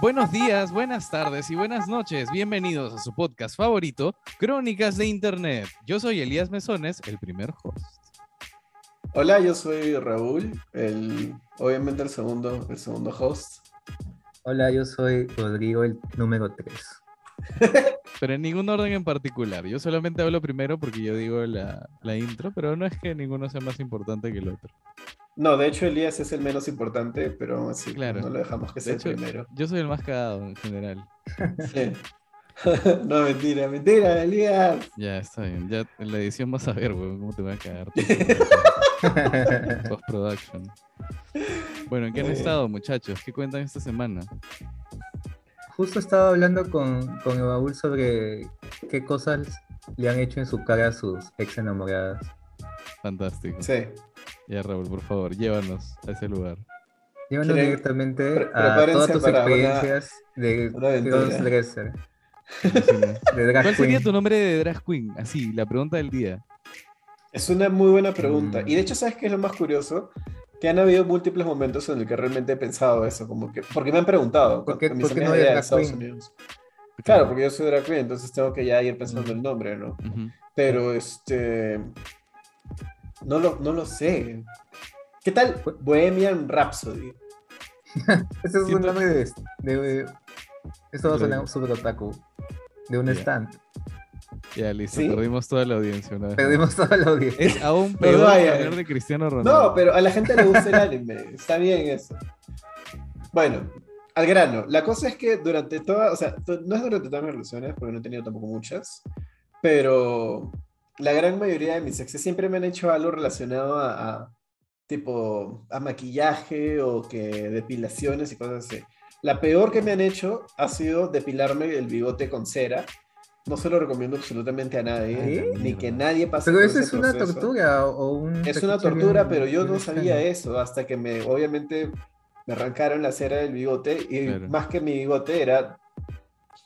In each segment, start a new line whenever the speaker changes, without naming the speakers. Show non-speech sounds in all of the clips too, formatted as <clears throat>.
Buenos días, buenas tardes y buenas noches. Bienvenidos a su podcast favorito, Crónicas de Internet. Yo soy Elías Mesones, el primer host.
Hola, yo soy Raúl, el, obviamente el segundo, el segundo host.
Hola, yo soy Rodrigo, el número 3.
<laughs> Pero en ningún orden en particular. Yo solamente hablo primero porque yo digo la, la intro, pero no es que ninguno sea más importante que el otro.
No, de hecho Elías es el menos importante, pero aún así
Claro.
no lo dejamos que
De
sea el
hecho,
<laughs>
primero.
Yo soy el más cagado en general.
Sí. <laughs> no, mentira, mentira, Elías.
Ya, está bien. Ya en la edición vas a ver, weón, cómo te voy a cagar. <laughs> Post-production. Bueno, ¿en qué han
Muy bien.
estado, muchachos? ¿Qué cuentan esta semana?
<laughs> Justo estaba hablando con, con el Raúl sobre qué cosas le han hecho en su cara a sus ex enamoradas.
Fantástico.
Sí.
Ya, Raúl, por favor, llévanos a ese lugar.
Llévanos
Quieren-
directamente
pre-
a todas
prepárense
tus
para una-
experiencias de
una aventura.
crossdresser,
Alucina.
de drag
¿Cuál sería
queen.
tu nombre de drag queen? Así, la pregunta del día.
Es una muy buena pregunta.
Mm.
Y de hecho, ¿sabes qué es lo más curioso? Que han habido múltiples momentos en el que realmente he pensado eso, como que, porque me han preguntado
¿Por qué-
con mis
por qué
amigas
no
de allá
eres
de
drag
Estados
queen?
Unidos. Claro, porque yo soy drag queen, entonces tengo que ya ir pensando
Mm.
el nombre, ¿no?
Ujú.
Pero este. No lo, no lo sé. ¿Qué tal Bohemian Rhapsody?
Ese Este es un
Siento-
nombre de... de- de- esto va a
Increíble.
sonar súper otaku. De un
Ya.
stand.
Ya, listo,
¿Sí?
perdimos toda la audiencia. una vez más.
Perdimos toda la audiencia.
Es aún peor que
vaya.
hablar de Cristiano Ronaldo.
No, pero a la gente le gusta
<laughs>
el anime. Está bien eso. Bueno, al grano. La cosa es que durante toda, o sea, to- no es durante todas mis relaciones, porque no he tenido tampoco muchas, pero la gran mayoría de mis exes siempre me han hecho algo relacionado a, a, tipo, a maquillaje o que depilaciones y cosas así. La peor que me han hecho ha sido depilarme el bigote con cera. No se lo recomiendo absolutamente a nadie,
¿Eh?
ni que nadie pase
Pero
por
eso
ese
es una
proceso.
tortura o o un...
Es una
fetiche
tortura,
bien-
pero yo
bien
no sabía
extraño.
eso hasta que me, obviamente, me arrancaron la cera del bigote y
Claro.
más que mi bigote era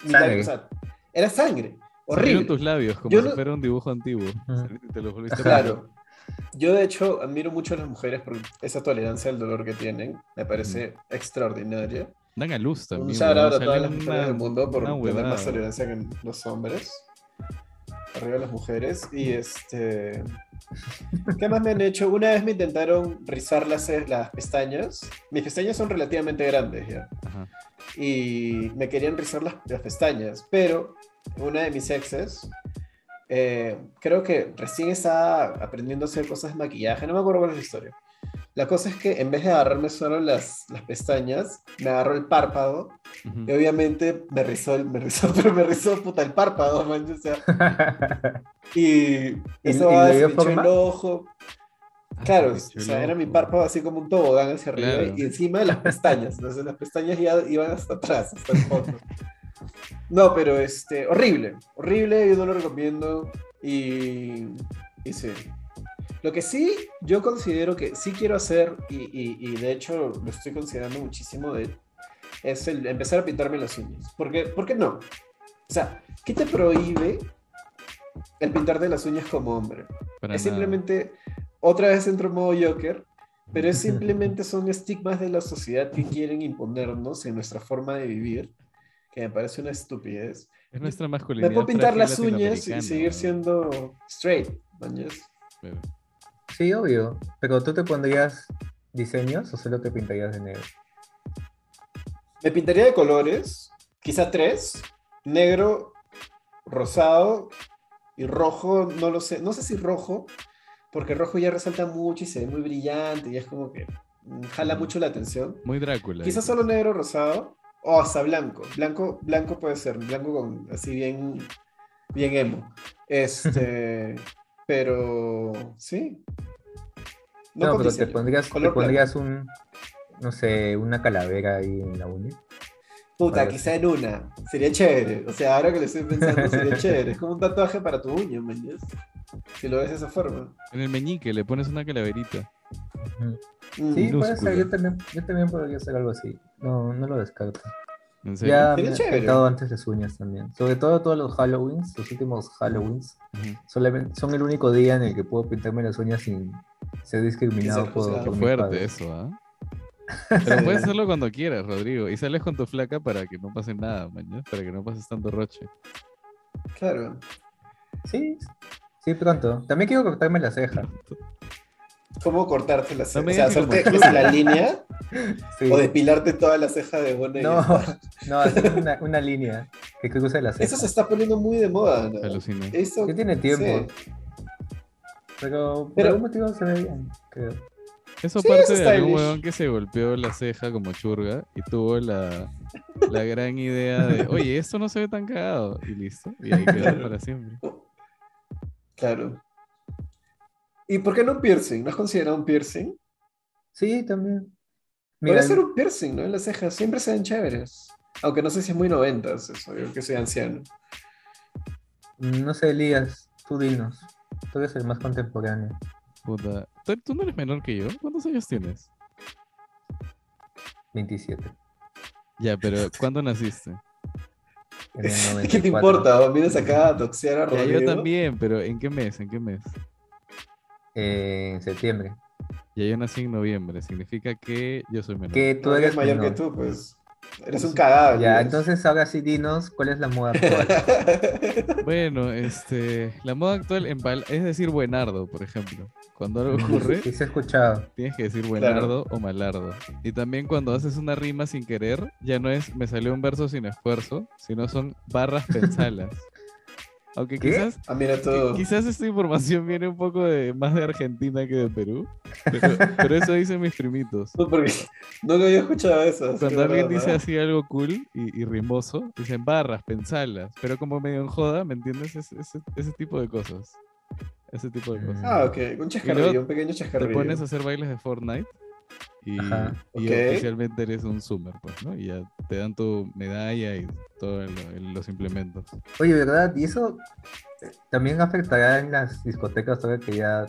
mitad-
Sangre.
o sea, era sangre,
Salieron
horrible.
tus labios, como
Yo
si
no-
fuera un dibujo antiguo.
Ajá.
Saliste y Te lo volviste
Claro. Yo de hecho admiro mucho a las mujeres por esa tolerancia al dolor que tienen, me parece extraordinaria.
Dan a luz también.
Un shout out a
weón.
todas
Sale
las mujeres
una-
del mundo por
una
tener
huevada.
más tolerancia que los hombres. Arriba las mujeres. Y este. ¿Qué más me han hecho? Una vez me intentaron rizar las, eh, las pestañas. Mis pestañas son relativamente grandes ya.
Ajá.
Y me querían rizar las, las pestañas. Pero una de mis exes. eh, creo que recién estaba aprendiendo a hacer cosas de maquillaje. No me acuerdo cuál es la historia. La cosa es que en vez de agarrarme solo las, las pestañas, me agarró el párpado
Ujú.
y obviamente me rizó, el- me rizó, <laughs> pero me rizó puta el párpado, man, o
<laughs>
sea, y eso
y
va,
le
se
dio
me hinchó
forma?
el ojo.
Ah,
Claro, o
qué chulo,
sea, era mi
weón.
párpado así como un tobogán hacia arriba
Claro.
y encima de las pestañas. Entonces las pestañas ya iban hasta atrás, hasta el fondo. No, pero este, horrible, horrible, yo no lo recomiendo. Y, y sí. Lo que sí, yo considero que sí quiero hacer, y, y- y de hecho lo estoy considerando muchísimo, de, es el empezar a pintarme las uñas. Porque, ¿Por qué no? O sea, ¿qué te prohíbe el pintarte las uñas como hombre?
Para
es
nada.
simplemente, otra vez entro en modo Joker, pero es simplemente son estigmas de la sociedad que quieren imponernos en nuestra forma de vivir, que me parece una estupidez.
Es nuestra masculinidad.
Me puedo pintar
frágil
las uñas y
latinoamericana,
seguir
weón.
siendo straight, mañas.
Pero-
Sí, obvio. Pero tú te pondrías diseños o solo te pintarías de negro.
Me pintaría de colores, quizá tres, negro, rosado y rojo, no lo sé, no sé si rojo, porque el rojo ya resalta mucho y se ve muy brillante y es como que mm, jala
Ujú.
mucho la atención.
Muy Drácula.
Quizás
dice.
solo negro, rosado o hasta blanco. Blanco, blanco puede ser, blanco con así bien, bien emo.
<laughs>
Este, pero sí. No,
No,
con
pero te
diseño.
pondrías, te
Color blanco.
pondrías un, no sé, una calavera ahí en la uña.
Puta,
Algo
quizá en una. Sería chévere. O sea, ahora que lo estoy pensando, sería chévere. Es como un tatuaje para tu uña, man. ¿yes? Si lo ves de esa forma.
En el meñique le pones una calaverita.
Ujú.
Mm.
Sí, puede
Minúscula.
ser, yo también, yo también podría hacer algo así. No, no lo descarto.
¿En serio?
Ya
Sería
me he
chévere.
pintado antes las uñas también. Sobre todo todos los Halloweens, los últimos Halloweens.
Ujú.
Solamente, son el único día en el que puedo pintarme las uñas sin ser discriminado por,
juzgado.
por mis
Fuerte
<laughs>
padres.
eso, ¿ah? Pero puedes
Sí.
hacerlo cuando quieras, Rodrigo. Y sales con tu flaca para que no pase nada, mañana, para que no pases tanto roche.
Claro.
Sí, sí, pronto. También quiero cortarme la ceja.
¿Cómo cortarte la ceja?
me
o sea,
digas que
hacerte
como-
pues, la línea
Sí.
o depilarte toda la ceja de buena y <laughs>
No,
ya está.
no, hacer una, una línea que cruce la ceja.
Eso se está poniendo muy de moda. ¿no?
Alucina.
Eso,
Que tiene tiempo. Pero por
Pero-
algún motivo se ve bien, creo.
Eso
Sí,
parte
eso
de
está
algún
bien.
huevón que se golpeó la ceja como churga y tuvo la, la gran idea de, oye, esto no se ve tan cagado. Y listo. Y ahí quedó
Claro. <laughs>
para siempre.
Claro. ¿Y por qué no un piercing? ¿No has considerado un piercing?
Sí, también.
Podría
Mira,
ser un piercing, ¿no? En las cejas. Siempre se ven chéveres. Aunque no sé si es muy noventas eso. Yo que soy anciano. <laughs>
no sé, Elías, tú dinos. Tú eres el más contemporáneo.
Puta. ¿Tú, tú no eres menor que yo? ¿Cuántos años tienes?
27.
Ya, pero ¿cuándo naciste?
en el
<laughs> ¿Qué
94.
te importa? ¿O? Vienes acá a toxear a
Ya,
Rodrigo.
yo también, pero ¿en qué mes? ¿En qué mes?
Eh, en septiembre.
Ya yo nací en noviembre. Significa que yo soy menor.
Que
Tú eres mayor que
menor.
tú, pues. Eres un cagado.
Ya,
Luis.
entonces ahora sí dinos cuál es la moda actual.
Bueno, este, la moda actual en pal- es decir buenardo, por ejemplo. Cuando algo
<laughs>
ocurre,
Sí, se ha escuchado.
tienes que decir buenardo o malardo. Y también cuando haces una rima sin querer, ya no es me salió un verso sin esfuerzo, sino son barras pensalas. Aunque
¿Qué?
quizás,
<laughs> Ah, mira todo.
quizás esta información viene un poco de, más de Argentina que de Perú. Pero, pero eso dicen mis primitos.
No, porque <laughs> no lo había escuchado eso. así
Cuando
que
alguien
verdad.
dice así algo cool y, y rimoso, dicen barras, pensalas, pero como medio en joda, ¿me entiendes? Es- es- Ese, tipo de cosas. Ese tipo de cosas.
Ah, ok. Un
Y luego
chascarrillo, un pequeño
Te
chascarrillo.
pones a hacer bailes de Fortnite y,
Ajá.
y
Ok.
oficialmente eres un Zoomer, pues, ¿no? Y ya te dan tu medalla y todos los implementos.
Oye, ¿verdad? ¿Y eso eh, también afectará en las discotecas ahora que ya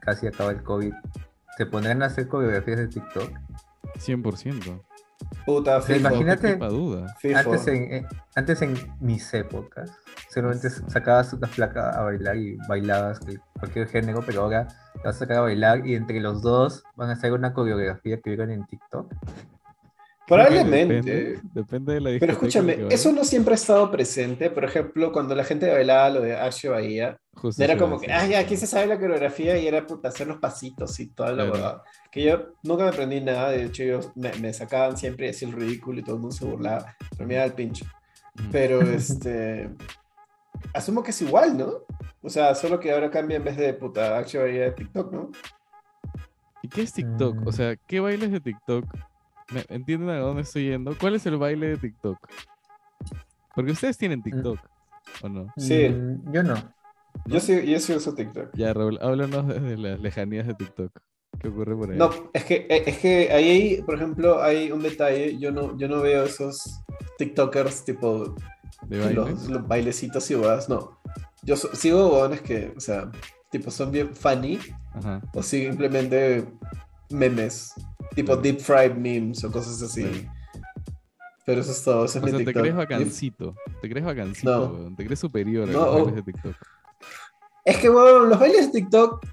casi acaba el COVID? ¿Se pondrán a hacer coreografías de TikTok?
100%.
Puta,
sea,
fijo,
imagínate-
No te quepa duda.
fijo.
Antes en, eh, antes en mis épocas, solamente
Eso.
sacabas una placa a bailar y bailabas de cualquier género, pero ahora te vas a sacar a bailar y entre los dos van a hacer una coreografía que vieron en TikTok.
Probablemente.
Depende, depende de la discoteca.
Pero escúchame, eso no siempre ha estado presente. Por ejemplo, cuando la gente bailaba lo de Archie Bahía, ¿eh? era como que, ay, aquí se sabe la coreografía y era puta, hacer los pasitos y toda la
Claro.
verdad. Que yo nunca me aprendí nada, de hecho, yo me, me sacaban siempre y hacía el ridículo y todo el mundo se burlaba. Pero me daba el pincho. Pero este. Asumo que es igual, ¿no? O sea, solo que ahora cambia en vez de puta Archie Bahía de TikTok, ¿no?
¿Y qué es TikTok? O
Mm.
sea, ¿qué bailes de TikTok? ¿Me entienden a dónde estoy yendo? ¿Cuál es el baile de TikTok? Porque ustedes tienen TikTok, ¿o no?
Sí.
Mm, yo no.
Yo sí, yo sí uso TikTok.
Ya, Raúl, háblanos desde las lejanías de TikTok. ¿Qué ocurre por ahí?
No, es que, eh, es que ahí, por ejemplo, hay un detalle. Yo no, yo no veo esos TikTokers tipo
¿De bailes?
los, los bailecitos y bodas. No. Yo so- sigo huevones que, o sea, tipo son bien funny
Ajá.
o simplemente memes. Tipo
Claro.
deep fried memes o cosas así.
Claro.
Pero eso es todo. Eso es
O
mi
sea, te
TikTok.
crees
Y-
vacancito. Te crees vacancito,
No.
weón, Te crees superior a
No,
los
o-
bailes de TikTok.
Es que, bueno, los bailes de TikTok.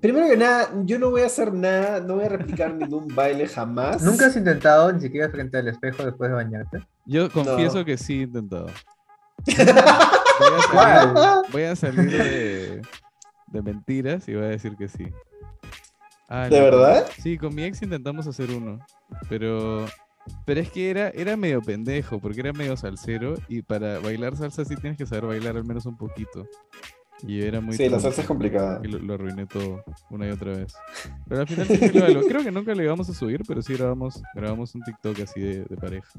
Primero que nada, yo no voy a hacer nada, no voy a replicar <laughs> ningún baile jamás.
¿Nunca has intentado ni siquiera frente al espejo después de bañarte?
Yo confieso
No.
que sí he intentado. Voy a salir, voy a salir de, de mentiras y voy a decir que sí. Ah,
¿De
no.
verdad?
Sí, con mi ex intentamos hacer uno. Pero. Pero es que era, era medio pendejo, porque era medio salsero. Y para bailar salsa sí tienes que saber bailar al menos un poquito. Y yo era muy.
Sí, la
tonto,
salsa es complicada.
Y lo, lo arruiné todo una y otra vez. Pero al final sí salió algo. Creo que nunca lo íbamos a subir, pero sí grabamos, grabamos un TikTok así de, de pareja.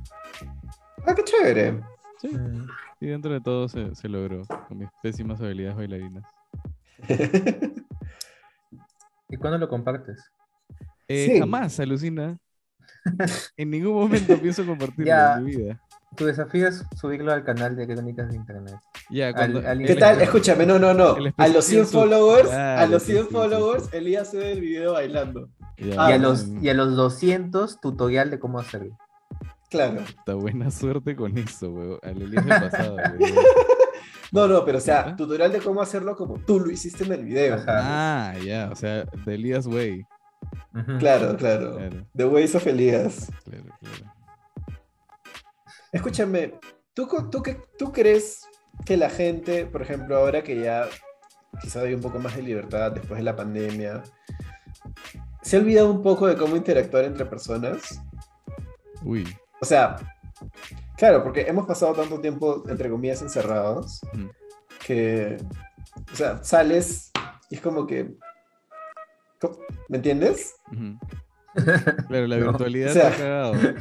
Ah, qué chévere.
Sí,
Mm,
y dentro de todo se, se logró, con mis pésimas habilidades bailarinas.
¿Y cuándo lo compartes?
Eh,
Sí.
Jamás, alucina. En ningún momento pienso compartirlo
Ya.
en mi vida.
Tu desafío es subirlo al canal de Crónicas de Internet.
Ya,
Al-
cuando,
al
¿Qué
El
tal?
espe-
Escúchame, no, no, no.
el
A
especial
los 100
su-
followers,
Claro,
a los
sí,
100
sí, sí,
followers, Elías sube el video bailando.
Ya,
Ah,
y, a los,
mm,
y a los 200, tutorial de cómo hacerlo.
Claro.
puta, buena suerte con eso, weón. Al Elías del
<laughs>
pasado, ¿Ah? weón.
No, no, pero o sea,
Ajá.
tutorial de cómo hacerlo como tú lo hiciste en el video.
Ajá.
Ah, ya, o sea, de Elías Way.
Ujú.
Claro, claro.
Claro,
The Ways of Elias.
claro, claro.
Escúchame, ¿tú, co- tú, qué- ¿tú crees que la gente, por ejemplo, ahora que ya quizás hay un poco más de libertad después de la pandemia, se ha olvidado un poco de cómo interactuar entre personas?
Uy.
O sea, claro, porque hemos pasado tanto tiempo, entre comillas, encerrados,
Mm.
que, o sea, sales y es como que... co- ¿Me entiendes?
ujú. Claro, la
<laughs>
No.
virtualidad
O
te
sea-
ha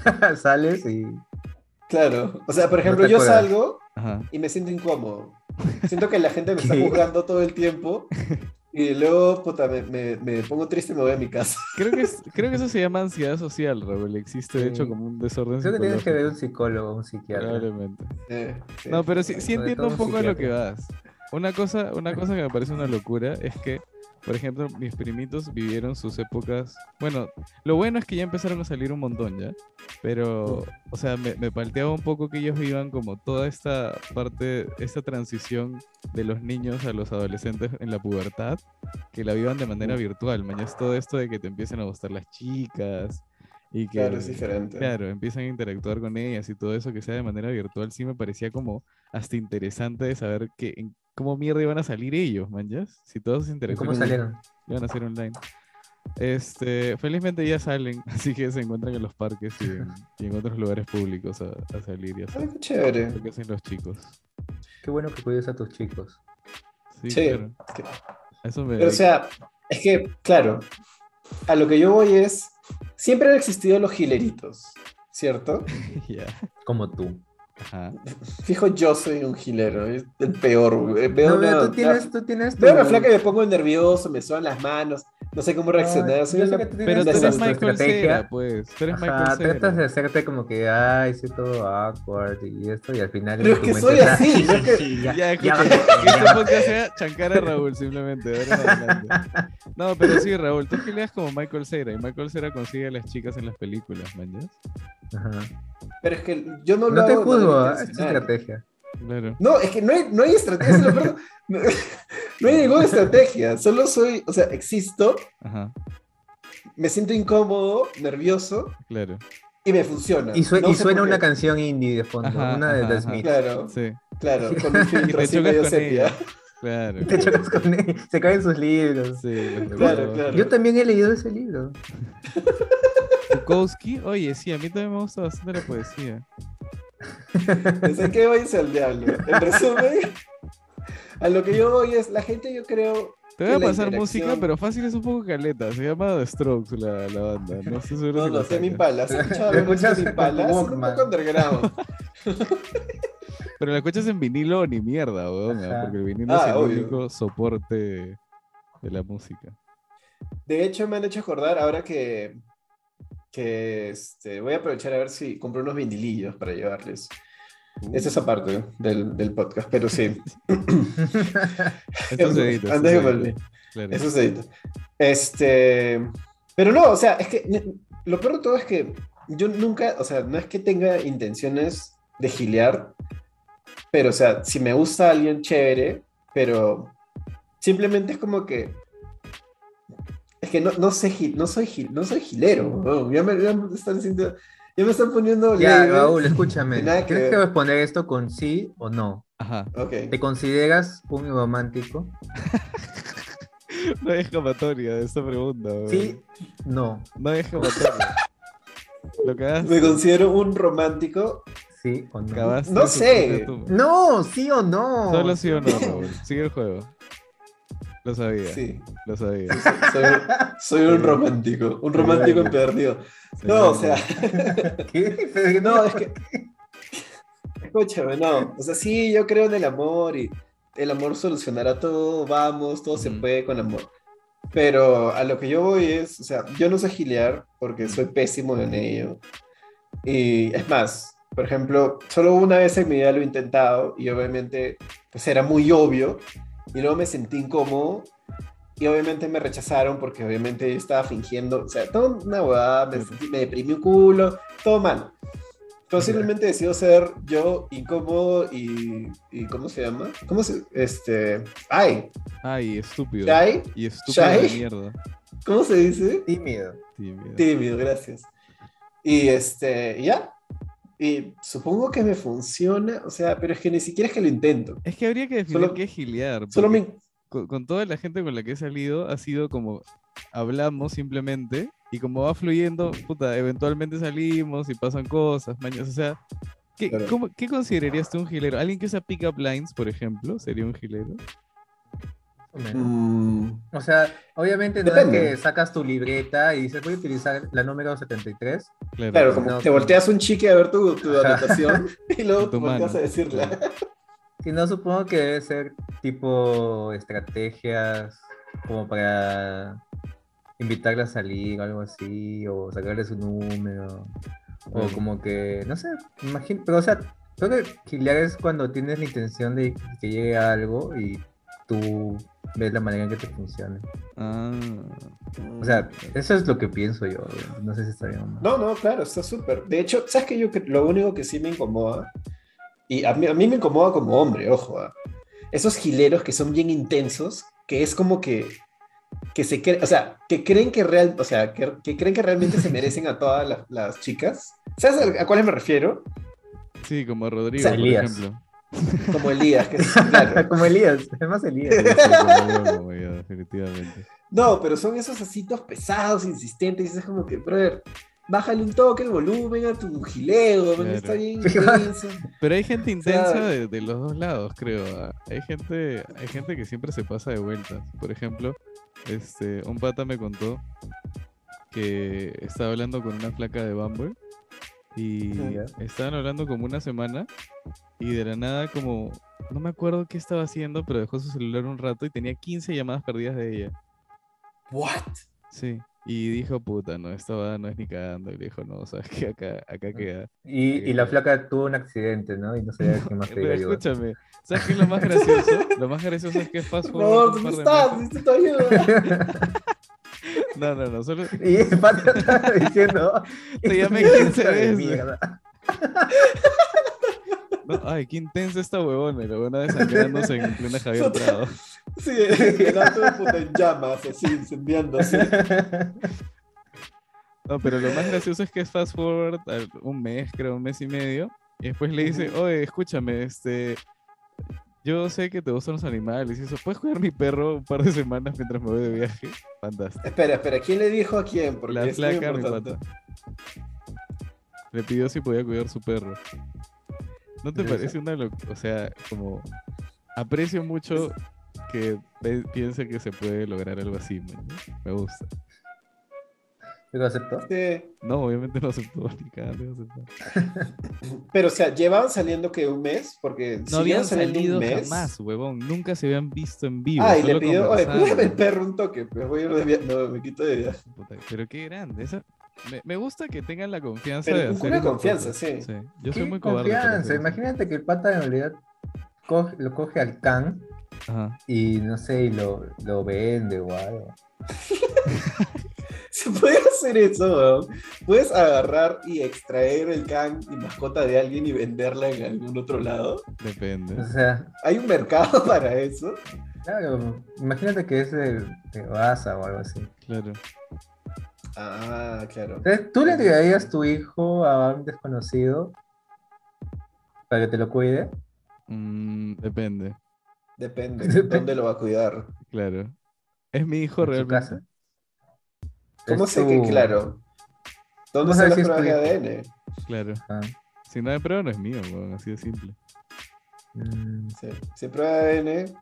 cagado.
<laughs> Sales y.
Claro. O sea, por ejemplo,
te
yo
acuerdas.
salgo
Ajá.
y me siento incómodo. Siento que la gente
<laughs>
me está
¿Qué?
juzgando todo el
<laughs>
tiempo y luego, puta, me, me- me pongo triste y me voy a mi casa. <laughs>
Creo que, es- creo que eso se llama ansiedad social, Raúl. Existe, de hecho,
Sí.
como un desorden
Creo que tienes
Pues,
que ver un
psicológico.
psicólogo, un psiquiatra.
Probablemente.
Eh, sí.
No, pero sí, sí
Sobre
entiendo
todo
un
un
poco de lo que
psiquiatra.
vas. Una cosa, una cosa que me parece una locura es que, por ejemplo, mis primitos vivieron sus épocas. Bueno, lo bueno es que ya empezaron a salir un montón ya. Pero, o sea, me, me palteaba un poco que ellos vivan como toda esta parte, esta transición de los niños a los adolescentes en la pubertad, que la vivan de manera virtual. Mañana es todo esto de que te empiecen a gustar las chicas y que
Claro, es diferente.
Claro, empiezan a interactuar con ellas y todo eso que sea de manera virtual, sí me parecía como hasta interesante de saber que, en- cómo mierda iban a salir ellos, manjas. Si todos se
¿Y ¿Cómo
interacciones
salieron?
iban a ser online. Este, felizmente ya salen, <laughs> así que se encuentran en los parques y en, y en otros lugares públicos a, a salir y a
Ay,
hacer
qué chévere.
lo que hacen los chicos.
Qué bueno que cuides a tus chicos.
Sí,
Sí.
claro. A Eso me
Pero
dedico.
o sea, es que, claro, a lo que yo voy es, siempre han existido los gileritos, ¿cierto?
<laughs> Ya,
Como tú.
ajá.
Fijo, yo soy un gilero, es el peor. güey. Veo
No,
una,
pero tú
una-
tienes, tú tienes.
veo una
tu-
flaca y me pongo nervioso, me sudan las manos, no sé cómo reaccionar.
No,
soy
yo sé
una-
que tú tienes
Pero tú
tu-
eres
desastre.
tu
Michael
estrategia.
Cera, pues. Tú eres
Ajá,
Michael
tratas de
Cera.
hacerte como que, ay, soy todo awkward y esto, y al final.
Pero
en
es
tu
que
mente
soy
está- <laughs>
así, no es que-
Sí, ya,
Ya,
ya,
escucha, <laughs>
vale,
que este
<laughs> ya vale.
podcast sea chancar a Raúl, simplemente. de ahora en adelante. No, pero sí, Raúl, tú gileas como Michael Cera y Michael Cera consigue a las chicas en las películas, man. ¿ya?
Ajá.
Pero es que yo no lo
No te
hago de
juzgo,
manera
¿ah? es tu
intencional.
estrategia.
Claro.
No, es que no hay, no hay estrategia, es lo peor. no, <laughs> no hay ninguna estrategia, solo soy, o sea, existo,
Ajá,
me siento incómodo, nervioso
claro.
y me funciona.
Y, sue-
No
y
sé
suena
por qué.
una canción indie de fondo,
Ajá,
una de
ajá,
The
ajá.
Smith.
Claro,
Sí,
claro,
<laughs>
con un
Y
filtro
te
así
chocas
medio
con
sepia.
ella. claro.
<laughs> Te chocas con él, se caen sus libros.
Sí, los de
Claro,
Bukowski.
claro.
Yo también he leído ese libro.
Bukowski, oye, sí, a mí también me gusta bastante la poesía.
Desde que vais al diablo. En resumen, a lo que yo voy es, la gente yo creo,
Te voy a
Que la
pasar música,
interacción-
pero fácil es un poco caleta. Se llama The Strokes la, la banda. No estoy seguro
no,
si
no,
la
Tame
sacas.
Impala,
<laughs>
¿has escuchado
¿Lo
hablar de
escuchas?
Tame Impala? Son un
Walkman.
poco underground.
Pero la escuchas en vinilo ni mierda, weón.
Ajá.
Porque el vinilo es
Ah,
el
obvio.
único soporte de la música.
De hecho, me han hecho acordar ahora que, que este, voy a aprovechar a ver si compro unos vinilillos para llevarles. Esa es aparte del, del podcast, pero sí.
Esto se edita, esto
Antes
se
de
edita,
volver.
claro.
Eso se edita. Este, pero no, o sea, es que ne- lo peor de todo es que yo nunca, o sea, no es que tenga intenciones de gilear, pero, o sea, si me gusta alguien chévere, pero simplemente es como que. Es que no, no sé, gi- no soy, gil- no soy gilero, weón. ya, me, ya me están haciendo- ya me están poniendo.
Ya,
labels.
Raúl, escúchame.
Nada que
¿Tienes que
ver.
responder esto con sí o no?
Ajá.
Ok.
¿Te consideras un romántico?
No hay escapatoria de esta pregunta, weón.
Sí, no.
No hay escapatoria. Lo que hagas,
Me considero un romántico.
Sí o no.
acabaste
No
de
sé.
sufrir de tu-
No, sí o no.
Solo sí o no, Raúl. Sigue el juego. Lo sabía,
Sí,
lo sabía.
soy, <laughs> soy un romántico. Un romántico empedernido. No, o sea.
¿Qué? Pero
No, es que. <laughs> Escúchame, no. O sea, sí, yo creo en el amor y el amor solucionará todo, vamos, todo se
Ujú.
puede con amor. Pero a lo que yo voy es, o sea, yo no sé gilear porque soy pésimo en ello. Y es más, por ejemplo, solo una vez en mi vida lo he intentado y obviamente pues era muy obvio y luego me sentí incómodo y obviamente me rechazaron porque obviamente yo estaba fingiendo, o sea, toda una huevada, me, sentí- me deprimí un culo, todo mal. Pero simplemente decido ser yo incómodo y, y ¿cómo se llama? ¿Cómo se, este, ay,
Ay, estúpido.
shy,
Y estúpido de
Shy.
mierda.
¿Cómo se dice?
Tímido.
Tímido.
Tímido, gracias. Y este, ya. Y supongo que me funciona, o sea, pero es que ni siquiera es que lo intento.
Es que habría que definir
Solo-
qué es gilear.
Solo
porque
me,
con, con toda la gente con la que he salido, ha sido como hablamos simplemente y como va fluyendo, puta, eventualmente salimos y pasan cosas, mañas. O sea, ¿qué,
Claro.
cómo- qué considerarías tú un gilero? ¿Alguien que usa pick-up lines, por ejemplo, sería un gilero?
Mm,
O sea, obviamente no
Depende.
es que sacas tu libreta y dices, voy a utilizar la número 73.
Claro.
claro, como
No,
te volteas un chique a ver tu, tu
<laughs>
anotación y luego
Y tu
volteas
mano.
a decirla.
Si no, supongo que debe ser tipo estrategias como para invitarla a salir o algo así, o sacarle su número, o
Mm.
como que, no sé, me imagino, pero o sea, creo que gilear es cuando tienes la intención de que llegue a algo y tú ves la manera en que te funcione.
Ah,
O sea, eso es lo que pienso yo, no sé si está bien o no.
No, no, claro, está súper. De hecho, ¿sabes qué? Yo cre- lo único que sí me incomoda, y a mí, a mí me incomoda como hombre, ojo, ah, esos gileros que son bien intensos, que es como que, que se creen, o sea, que creen que, real, o sea, que, que creen que realmente se merecen a todas la- las chicas. ¿Sabes a, a cuáles me refiero?
sí, como Rodrigo, por
Salías.
ejemplo.
Como Elías, que es, claro.
<laughs> como Elías, es más Elías.
<laughs> Sí, sí, como yo, como yo, definitivamente.
No, pero son esos asitos pesados, insistentes, y es como que, brother, bájale un toque el volumen a tu gileo, man,
Claro.
está bien intenso.
Pero hay gente intensa
sea-
de, de los dos lados, creo. ah. Hay gente, hay gente que siempre se pasa de vueltas. Por ejemplo, este, un pata me contó que estaba hablando con una flaca de Bumble y
Ya.
estaban hablando como una semana y de la nada como no me acuerdo qué estaba haciendo, pero dejó su celular un rato y tenía 15 llamadas perdidas de ella.
What?
Sí. Y dijo, puta, no, esta va no es ni cagando. Y le dijo, no, sabes que acá, acá queda.
Y, y la flaca tuvo un accidente, ¿no? Y no sabía
<laughs>
qué más te iba
Pero
a ayudar.
escúchame, ¿sabes qué es lo más gracioso? lo más gracioso es que
<laughs>
fast
Por
forward
favor,
un
¿dónde
par de
estás? Necesito tu ayuda.
<laughs> meses- No, no, no, solo
Y el pata <laughs> estaba diciendo.
Te llamé
"Esta
15
de
veces".
mierda. <laughs>
no, ay, qué intensa esta huevona, y la huevona desangrándose en
<laughs>
plena Javier
Puta.
Prado.
Sí, el auto de puta en llamas, así incendiándose.
No, pero lo más gracioso es que es fast forward al- un mes, creo, un mes y medio, y después le dice, oye, escúchame, este, yo sé que te gustan los animales y eso, ¿puedes cuidar mi perro un par de semanas mientras me voy de viaje? Fantástico.
Espera, espera, ¿quién le dijo a quién? Porque
la
es muy
flaca, mi
importante.
pata. Le pidió si podía cuidar su perro. ¿No te
Interesante.
parece una locura? O sea, como aprecio mucho que pe- piense que se puede lograr algo así, man, ¿no? Me gusta.
¿Lo aceptó?
Sí.
No, obviamente no aceptó <laughs> ni cada vez aceptó.
Pero, o sea, llevaban saliendo que un mes, porque
No
siguen
habían
saliendo
salido
un mes.
jamás, huevón. Nunca se habían visto en vivo.
Ah, y le
solo
pidió, oye,
conversaban.
cuídame el perro un toque, pues voy a ir de viaje. No, me quito de viaje. <laughs>
Puta, Pero qué grande. Esa... Me, me gusta que tengan la confianza
Pero
de
una
hacer esas
confianza,
cosas.
sí.
Yo soy
Qué
muy cobarde. para
Confianza.
hacer eso.
Imagínate que el pata en realidad coge- lo coge al can
Ajá.
y no sé, y lo, lo vende o algo.
Se puede hacer eso, weón. Puedes agarrar y extraer el can y mascota de alguien y venderla en algún otro lado.
Depende.
O sea,
Hay un mercado <laughs> para eso.
claro, imagínate que es el de Baza o algo así.
Claro.
Ah, claro.
Entonces, ¿tú le entregarías tu hijo a un desconocido para que te lo cuide?
Mm, depende,
Depende.
<laughs>
¿Dónde lo va a cuidar?
claro. Es mi hijo
¿En su
realmente.
casa?
¿Cómo
Es
sé que,
tu-
claro? ¿Dónde
No
están
sabes
las
si es
pruebas de
tu hijo.
ADN?
Claro.
Ah,
Si no hay prueba, no es mío, weón, así de simple.
mm.
Sí. Si hay prueba de ADN,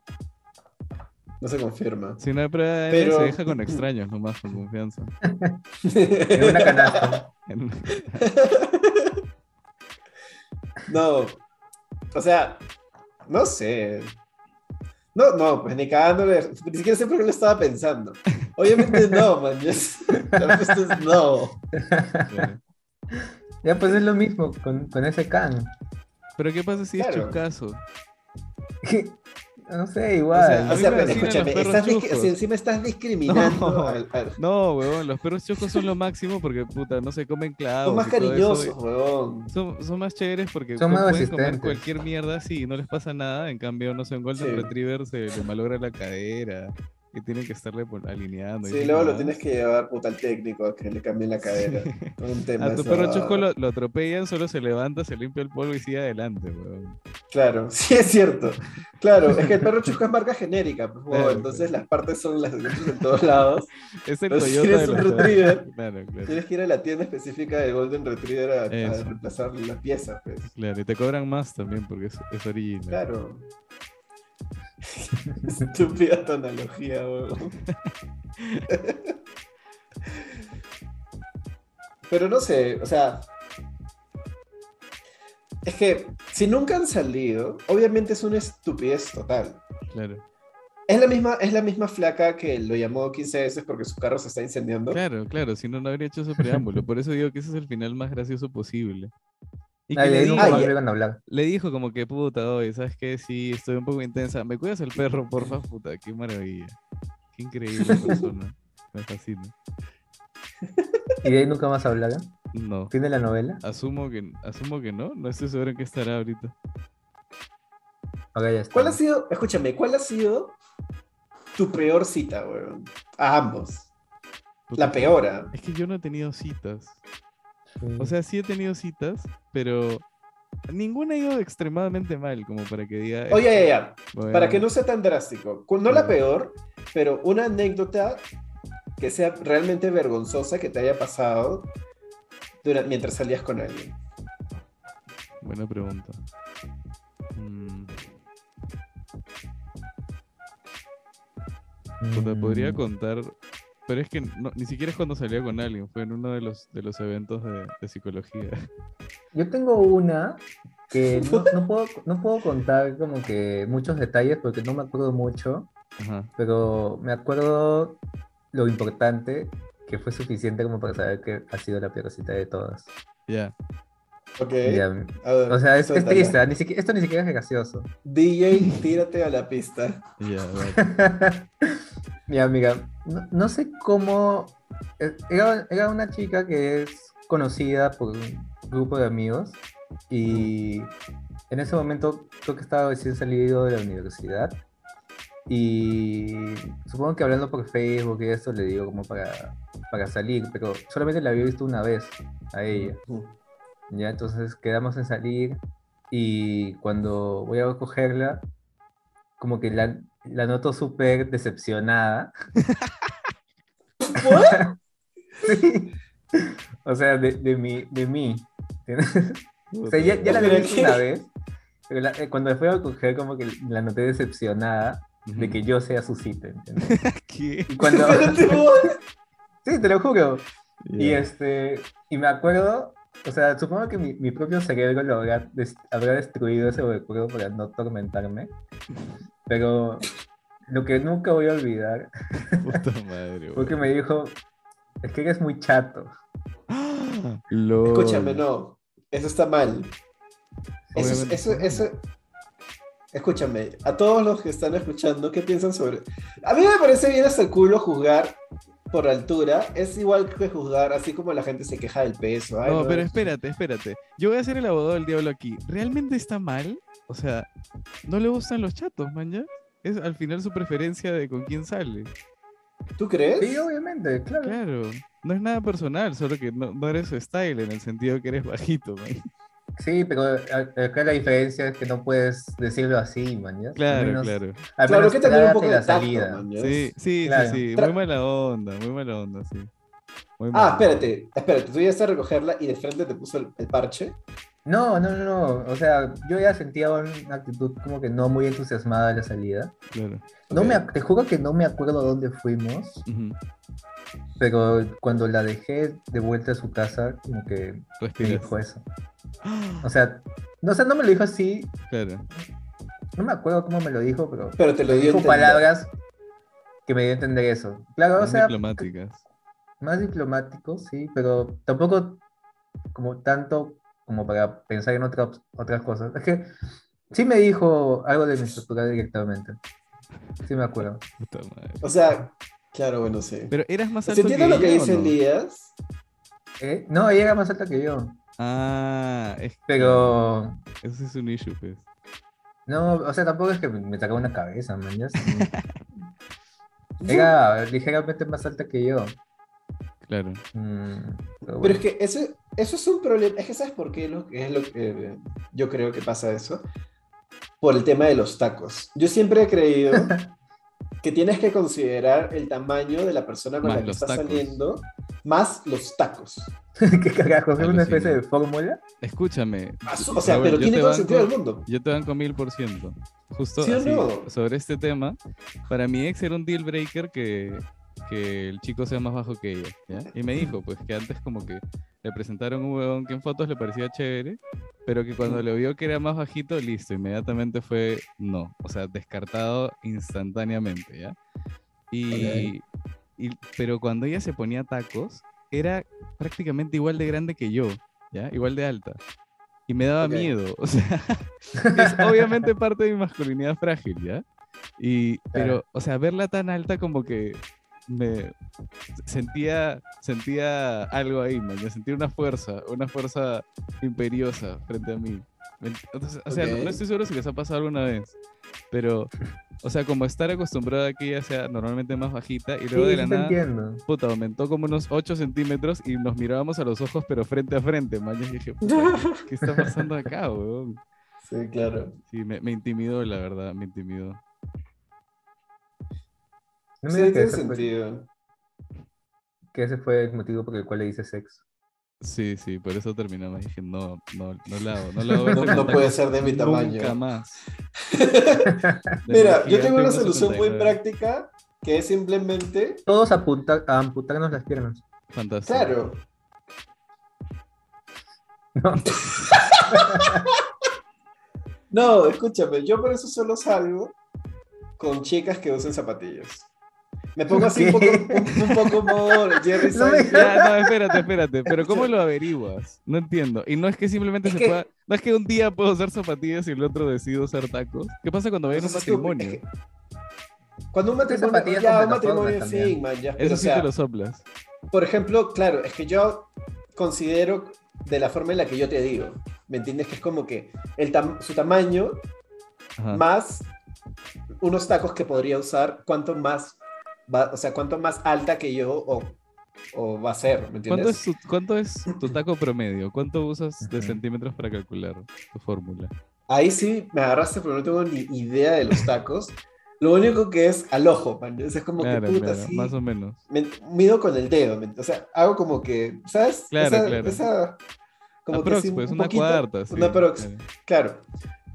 no se
<laughs>
confirma.
Si no hay prueba, de ADN,
Pero-
se deja con extraños nomás, con
<laughs>
confianza.
En una canasta.
no. O sea, no sé. No, no, pues ni cagándole. Ni siquiera sé por qué lo estaba pensando. Obviamente no, man. <laughs> La respuesta es no.
Claro.
Ya, pues es lo mismo con, con ese <laughs> can.
Pero ¿qué pasa si es
Claro.
chuscazo?
No sé,
A
O
mí
igual.
sea,
me fascinan
pero
los
escúchame,
perros
estás dis-
chuscos.
si encima estás discriminando
No.
al- al-
No, weón, los perros chuscos son lo máximo porque, puta, no se comen clavos.
Son más
Ah, pues, y todo eso,
cariñosos, huevón.
y Son, son más chéveres porque
Son
pu-
más
pueden comer
resistentes.
cualquier mierda así y no les pasa nada. En cambio, no sé, un Golden
Sí.
Retriever se le malogra la cadera. que tienen que estarle por- alineando. y
Sí,
esas
luego lo
huevadas.
tienes que llevar puta al técnico a que le cambien
<laughs>
la cadera. Un tema
A tu
esa
perro
huevada.
chusco lo, lo atropellan, solo se levanta, se limpia el polvo y sigue adelante, weón.
Claro, <laughs> sí es cierto. Claro, es que el perro chusco es marca genérica, pues, huevón,
Claro,
entonces las partes son las mismas en
<laughs>
todos lados.
Es el
Pero si
Toyota de
eres un
los perros.
retriever,
<laughs> Claro, claro.
tienes que ir a la tienda específica de Golden Retriever a, a
Eso.
reemplazar las piezas, pues.
Claro, y te cobran más también porque es, es original.
Claro. Estúpida tu analogía, huevón. Pero no sé, o sea. Es que si nunca han salido, obviamente es una estupidez total.
Claro,
Es la misma, es la misma flaca que lo llamó 15 veces porque su carro se está incendiando.
claro, claro, si no, no habría hecho ese preámbulo. Por eso digo que ese es el final más gracioso posible. Y que
Ay,
le,
Ah, ahí
dijo,
nunca más
Ay,
llegan a hablar.
le dijo como que puta, oye, ¿sabes qué? Sí, estoy un poco intensa. ¿Me cuidas el perro, porfa? Puta, qué maravilla. Qué increíble persona. <laughs> Me fascina.
Y de ahí nunca más hablaron.
No.
¿Fin de la novela?
Asumo que, asumo que no, no estoy seguro en qué estará ahorita.
Ahora ya está.
¿Cuál ha sido, escúchame, cuál ha sido tu peor cita, weón? A ambos. La
Puta,
peor, ¿ah?
Es que yo no he tenido citas.
Sí.
O sea, sí he tenido citas, pero ninguna ha ido extremadamente mal, como para que diga.
Oye, ya, ya.
bueno,
Para que no sea tan drástico. Cu- No la
Ya.
peor, pero una anécdota que sea realmente vergonzosa que te haya pasado dura- mientras salías con alguien.
Buena pregunta. Mm, puta, pues, podría
Mm.
contar. Pero es que no- ni siquiera es cuando salía con alguien, fue en uno de los, de los eventos de, de psicología.
Yo tengo una que no, no puedo, no puedo contar como que muchos detalles porque no me acuerdo mucho,
Ajá.
pero me acuerdo lo importante que fue suficiente como para saber que ha sido la peorcita de todas.
Ya.
Ok.
Ya,
A ver,
O sea, es, es
suéltala.
triste, ni siquiera- esto ni siquiera es gracioso.
DJ, tírate a la pista.
<laughs>
Ya, vale.
Mi amiga, no, no sé cómo. eh, Era, era una chica que es conocida por un grupo de amigos y en ese momento creo que estaba recién salido de la universidad y supongo que hablando por Facebook y eso le digo como para, para salir, pero solamente la había visto una vez a ella. Ya, entonces quedamos en salir y cuando voy a cogerla, como que la, la noto súper decepcionada. <laughs> Sí. O sea, de, de mí, de mí. O sea, ya, ya la había
Pero
visto
¿qué?
una vez, pero la- eh, cuando la fui a coger como que la noté decepcionada
Ujú.
<laughs> de que yo sea su cita, ¿entiendes?
¿Qué?
Y cuando...
<laughs> Espérate, weón.
Sí, te lo juro. Y
<laughs> Ya.
este, y me acuerdo, o sea, supongo que mi, mi propio cerebro lo habrá, des- habrá destruido ese recuerdo para no atormentarme, pero lo que nunca voy a olvidar
Puta madre,
fue que
weón.
me dijo, es que eres muy chato.
¡Ah! Lol.
Escúchame, no. Eso está mal. Eso, es-
Obviamente
eso,
está mal.
eso. Escúchame, a todos los que están escuchando, ¿qué piensan sobre.? A mí me parece bien hasta el culo juzgar por altura. Es igual que juzgar, así como la gente se queja del peso. Ay,
No, pero
es-
espérate, espérate. Yo voy a ser el abogado del diablo aquí. ¿Realmente está mal? O sea, no le gustan los chatos, man, ya. Es al final su preferencia de con quién sale.
¿Tú crees?
Sí, obviamente, claro.
Claro. No es nada personal, solo que no, no eres su style en el sentido que eres bajito, man.
Sí, pero a- acá la diferencia es que no puedes decirlo así, man. ¿ya? Al
Claro,
menos-
claro.
al
Claro,
menos
que también un
trágate
poco de
la
tacto,
salida.
man, ¿ya?
Sí, sí,
Claro.
sí, sí.
Tra-
Muy mala onda, muy mala onda, sí. Muy mala
Ah,
onda.
espérate, espérate. Tú ya estás a recogerla y de frente te puso el, el parche.
No, no, no, no. O sea, yo ya sentía una actitud como que no muy entusiasmada de la salida.
Claro.
No
Ok.
me, ac- te juro que no me acuerdo a dónde fuimos,
Ujú.
pero cuando la dejé de vuelta a su casa, como que me
Respiras.
dijo eso. O sea, no, o sea, no me lo dijo así,
<gasps> Claro.
no me acuerdo cómo me lo dijo, pero
Pero te lo dio
dijo
a entender.
palabras que me dio a entender eso. Claro, o
Más
sea,
diplomáticas.
más diplomático, sí, pero tampoco como tanto como para pensar en otras otras cosas. Es que sí me dijo algo de mi estructura directamente. Sí me acuerdo.
Puta madre.
O sea, claro, bueno, sí.
Pero eras más
Se
alto
entiende lo que
ella, ¿o
dice
no?
Elías.
Eh, No, ella era más alta que yo,
Ah, es
pero
Eso es un issue, pues.
<laughs> No, o sea, tampoco es que me sacaba una cabeza, man. ya sé. Era ligeramente más alta que yo.
Claro.
Mm, pero
Pero
bueno.
es que ese, eso es un problema. Es que ¿sabes por qué lo- es lo que eh, yo creo que pasa eso? Por el tema de los tacos. Yo siempre he
<laughs>
creído que tienes que considerar el tamaño de la persona con
Más
la que
los
estás
tacos.
saliendo, más los tacos.
<laughs> ¿Qué carajo? ¿Es una especie de
Alucina.
fórmula?
Escúchame.
Más- O sea,
Robert,
pero
yo te
tiene todo el
banco-
sentido del mundo.
Yo te banco mil por ciento. Justo
¿Sí o
así,
no?
sobre este tema, para mi ex era un deal breaker que, que el chico sea más bajo que ella. ¿ya? Y me dijo, pues que antes como que le presentaron un huevón que en fotos le parecía chévere, pero que cuando lo vio que era más bajito, listo, inmediatamente fue no. O sea, descartado instantáneamente, ¿ya? Y, y- pero cuando ella se ponía tacos, era prácticamente igual de grande que yo, ¿ya? Igual de alta. Y me daba
Ok.
miedo, <laughs> o sea, es obviamente parte de mi masculinidad frágil, ¿ya? Y, pero,
Claro.
o sea, verla tan alta como que me sentía, sentía algo ahí, man, yo sentía una fuerza, una fuerza imperiosa frente a mí. Me ent- entonces, o sea, no-
Ok.
no estoy seguro si les ha pasado alguna vez, pero, o sea, como estar acostumbrada a que ella sea normalmente más bajita y luego de
Sí, sí
la
te
nada
entiendo.
puta, aumentó como unos 8 centímetros y nos mirábamos a los ojos, pero frente a frente, man. Yo dije,
<laughs>
puta, ¿qué, qué está pasando acá, weón?
Sí, claro.
Sí, me, me intimidó, la verdad, me intimidó.
No me
Sí,
digas que
tiene
ese, fue,
sentido.
que ese fue el motivo por el cual le hice sexo.
Sí, sí, por eso terminamos. Dije, no, no, no la hago, no la hago.
No,
Ese
no puede
contacto
ser de mi
Nunca
tamaño. <laughs>
más.
Mira, yo
Gigante
tengo una
1,79.
solución muy práctica que es simplemente
Todos apunta a amputarnos las piernas.
Fantástico.
Claro.
No.
<laughs> No, escúchame, yo por eso solo salgo con chicas que usen zapatillas. Me pongo así un poco,
¿Qué?
un, un poco modo
<laughs>
Jerry
No me
Seinfeld.
Ya, no, espérate, espérate. Pero ¿cómo lo averiguas? No entiendo. Y no es que simplemente
Es
se
que-
pueda. No es que un día puedo usar zapatillas y el otro decido usar tacos. ¿Qué pasa cuando vayan a un
Entonces, tú-
matrimonio?
es que- Cuando un
Ustedes
matrimonio,
zapatillas
ya,
con
un matrimonio
plataformas también.
sí, man, ya. Pero,
Eso
o
sí
sea,
te lo soplas.
por ejemplo, claro, es que yo considero de la forma en la que yo te digo, ¿me entiendes? Que es como que el tam- su tamaño
Ajá.
más unos tacos que podría usar, cuánto más, va- o sea, cuánto más alta que yo o, o va a ser, ¿me
¿Cuánto es,
entiendes?
tu, cuánto es
<clears throat>
tu taco promedio? ¿Cuánto usas de
Ujú.
centímetros para calcular tu fórmula?
Ahí sí me agarraste porque no tengo ni idea de los tacos. Lo único que es al ojo, man. Es como
Claro,
que puta,
claro,
sí,
más o menos.
me- mido con el dedo, me- o sea, hago como que, ¿sabes?
Claro,
esa,
claro.
esa- como
Aprox,
que sí,
pues,
un
una
poquito,
cuarta. sí,
Una prox.
claro.
Claro.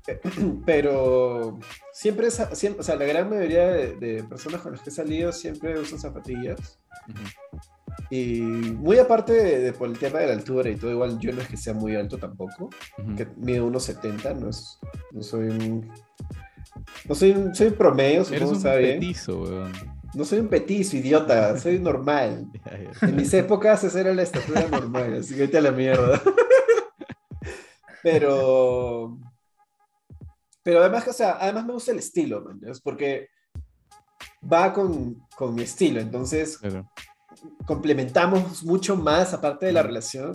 eh, <clears throat> Pero siempre, esa- siempre, o sea, la gran mayoría de, de personas con las que he salido siempre usan zapatillas.
Ujú.
Y muy aparte de, de por el tema de la altura y todo, igual yo no es que sea muy alto tampoco,
Ujú.
que mido unos 70, no, es, no soy un... No soy un, soy promedio,
Eres
supongo, ¿eh?
un
está bien.
petizo, weón.
No soy un petizo, idiota, soy normal.
<laughs> Ya, ya.
En mis épocas esa era la estatura normal, así que vete a la mierda. Pero... Pero además, o sea, además me gusta el estilo, man, ¿no? Es porque va con, con mi estilo, entonces
Claro.
complementamos mucho más aparte de la relación.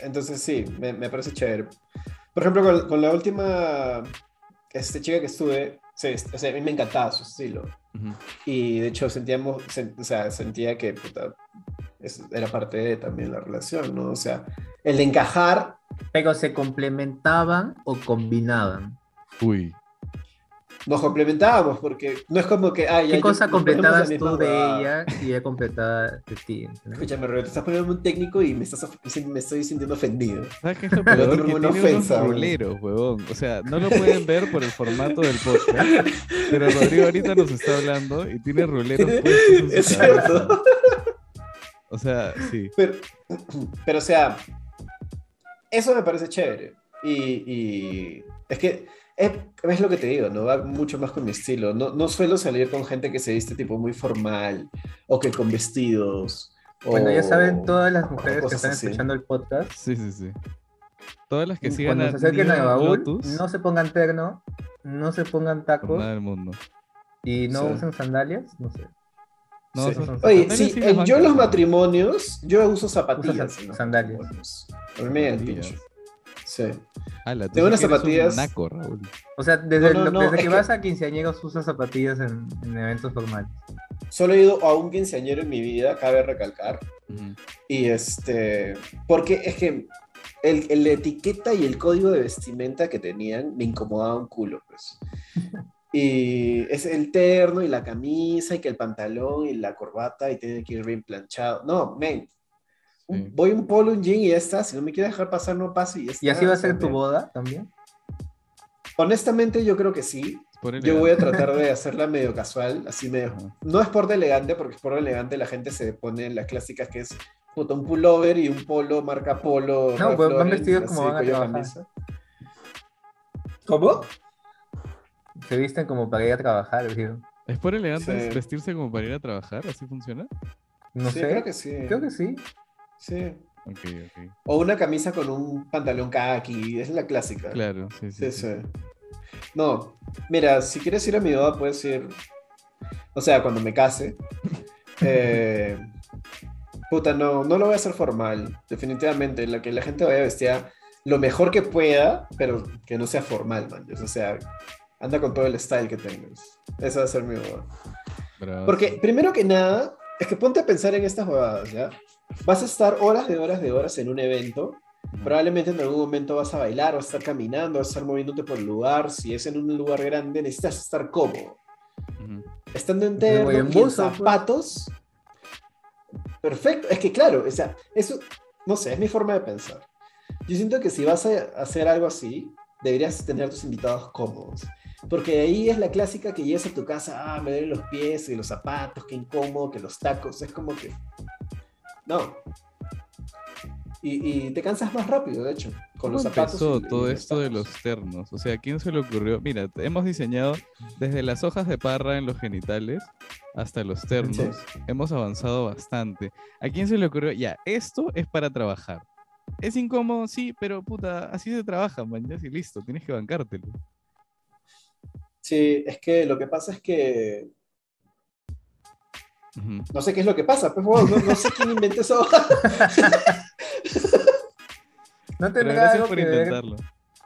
Entonces sí, me, me parece chévere. Por ejemplo, con, con la última este, chica que estuve, sí, es- o sea, a mí me encantaba su estilo.
Ujú.
Y de hecho sentíamos, sen- o sea, sentía que puta, es- era parte de también la relación, ¿no? O sea, el de encajar,
Pero se complementaban o combinaban.
Uy.
nos complementábamos, porque no es como que... Ay,
¿Qué cosa completabas tú de ella y ella completaba de
<laughs>
ti? ¿no?
Escúchame, Roberto, estás poniendo un técnico y me, estás, of- me estoy sintiendo ofendido.
¿Sabes
<laughs>
qué es lo
Pero
peor?
tengo
Que
una
tiene
ofensa,
unos
weón.
ruleros, huevón. O sea, no lo pueden ver por el formato del podcast, pero Rodrigo ahorita nos está hablando y tiene
<laughs>
ruleros puestos en su
Es
cabeza.
cierto.
O sea, sí.
Pero, <clears throat> pero, o sea, eso me parece chévere. Y, y es que es, es lo que te digo, ¿no? Va mucho más con mi estilo. No, no suelo salir con gente que se viste tipo muy formal o que con vestidos. o-
Bueno, ya saben todas
o
las mujeres que
cosas
están
Oh, así.
escuchando el podcast.
Sí, sí, sí. Todas las que sigan
cuando
a
se acerquen
Neo
al baúl,
Lotus,
no se pongan terno, no se pongan
por
tacos
nada del mundo.
y no
Sí.
usen sandalias, no sé.
No,
Sí.
son-
Oye,
sandalias
sí,
sí
en-
las bancas,
yo en los
¿no?
matrimonios, yo uso zapatillas.
Usas
en los
sandalias.
matrimonios. A mí me da el
Zapatillas.
pincho. Sí.
Ala, tú
Tengo
sí
unas
que eres
zapatillas-
Un naco, Raúl.
O sea, desde,
No, no,
lo-
no,
desde
es
que,
que-
vas a quinceañeros usas zapatillas en, en eventos formales.
Solo he ido a un quinceañero en mi vida, cabe recalcar.
Ujú.
Y este, porque es que el, el- la etiqueta y el código de vestimenta que tenían me incomodaba un culo,
<laughs>
pues. Y es el terno y la camisa y que el pantalón y la corbata y tiene que ir bien planchado. No, men. un-
Sí.
Voy un polo, un jean y ya está. Si no me quiere dejar pasar, no paso y ya está.
¿Y
Ah,
así va a ser
O sea,
tu
men,
boda también?
Honestamente, yo creo que sí.
Por
Yo voy a
elegante.
tratar de hacerla medio casual, así medio.
Ajá.
No es por de elegante, porque por elegante la gente se pone en las clásicas que es puta, un pullover y un polo, marca polo.
No,
Ralph
pues, van
Lauren,
vestidos como
así,
van a
cuello de
trabajar.
camisa. ¿Cómo?
Se visten como para ir a trabajar, digo.
¿Es por elegante
Sí.
vestirse como para ir a trabajar? ¿Así funciona?
No
sí,
sé.
creo que sí.
Creo que sí.
Sí.
Ok, ok.
O una camisa con un pantalón khaki, es la clásica.
Claro, sí, sí.
Sí,
sí.
sí. No, mira, si quieres ir a mi boda, puedes ir. O sea, cuando
<laughs>
me case. Eh, puta, no, no lo voy a hacer formal. Definitivamente, la que la gente vaya vestida lo mejor que pueda, pero que no sea formal, man. O sea, anda con todo el style que tengas. Esa va a ser mi boda.
Bravo,
Porque,
sí.
primero que nada, es que ponte a pensar en estas bodas, ¿ya? Vas a estar horas de horas de horas en un evento
Ujú.
Probablemente en algún momento vas a bailar, vas a estar caminando, vas a estar moviéndote por el lugar. Si es en un lugar grande, necesitas estar cómodo.
Ujú.
Estando en
Me
terno
voy
y en
en buzo, pues.
zapatos. Perfecto. Es que claro, o sea, eso, no sé, es mi forma de pensar. Yo siento que si vas a hacer algo así, deberías tener a tus invitados cómodos. Porque de ahí es la clásica que llegas a tu casa, ah, me duelen los pies, y los zapatos, qué incómodo, que los tacos. Es como que. No. Y, y te cansas más rápido, de hecho, con
¿Cómo
los zapatos.
empezó
y- y
todo
los
esto de
tacos.
los ternos? O sea, ¿a quién se le ocurrió? Mira, te- hemos diseñado desde las hojas de parra en los genitales hasta los ternos. Hemos avanzado bastante. ¿A quién se le ocurrió? Ya, esto es para trabajar. Es incómodo, sí, pero puta, así se trabaja, man. Ya, sí, listo, tienes que bancártelo.
Sí, es que lo que pasa es que
Ujú.
no sé qué es lo que pasa, pues huevón, no, no sé quién inventó eso.
Pero
No tendrá
gracias
algo
por
que ver-
intentarlo.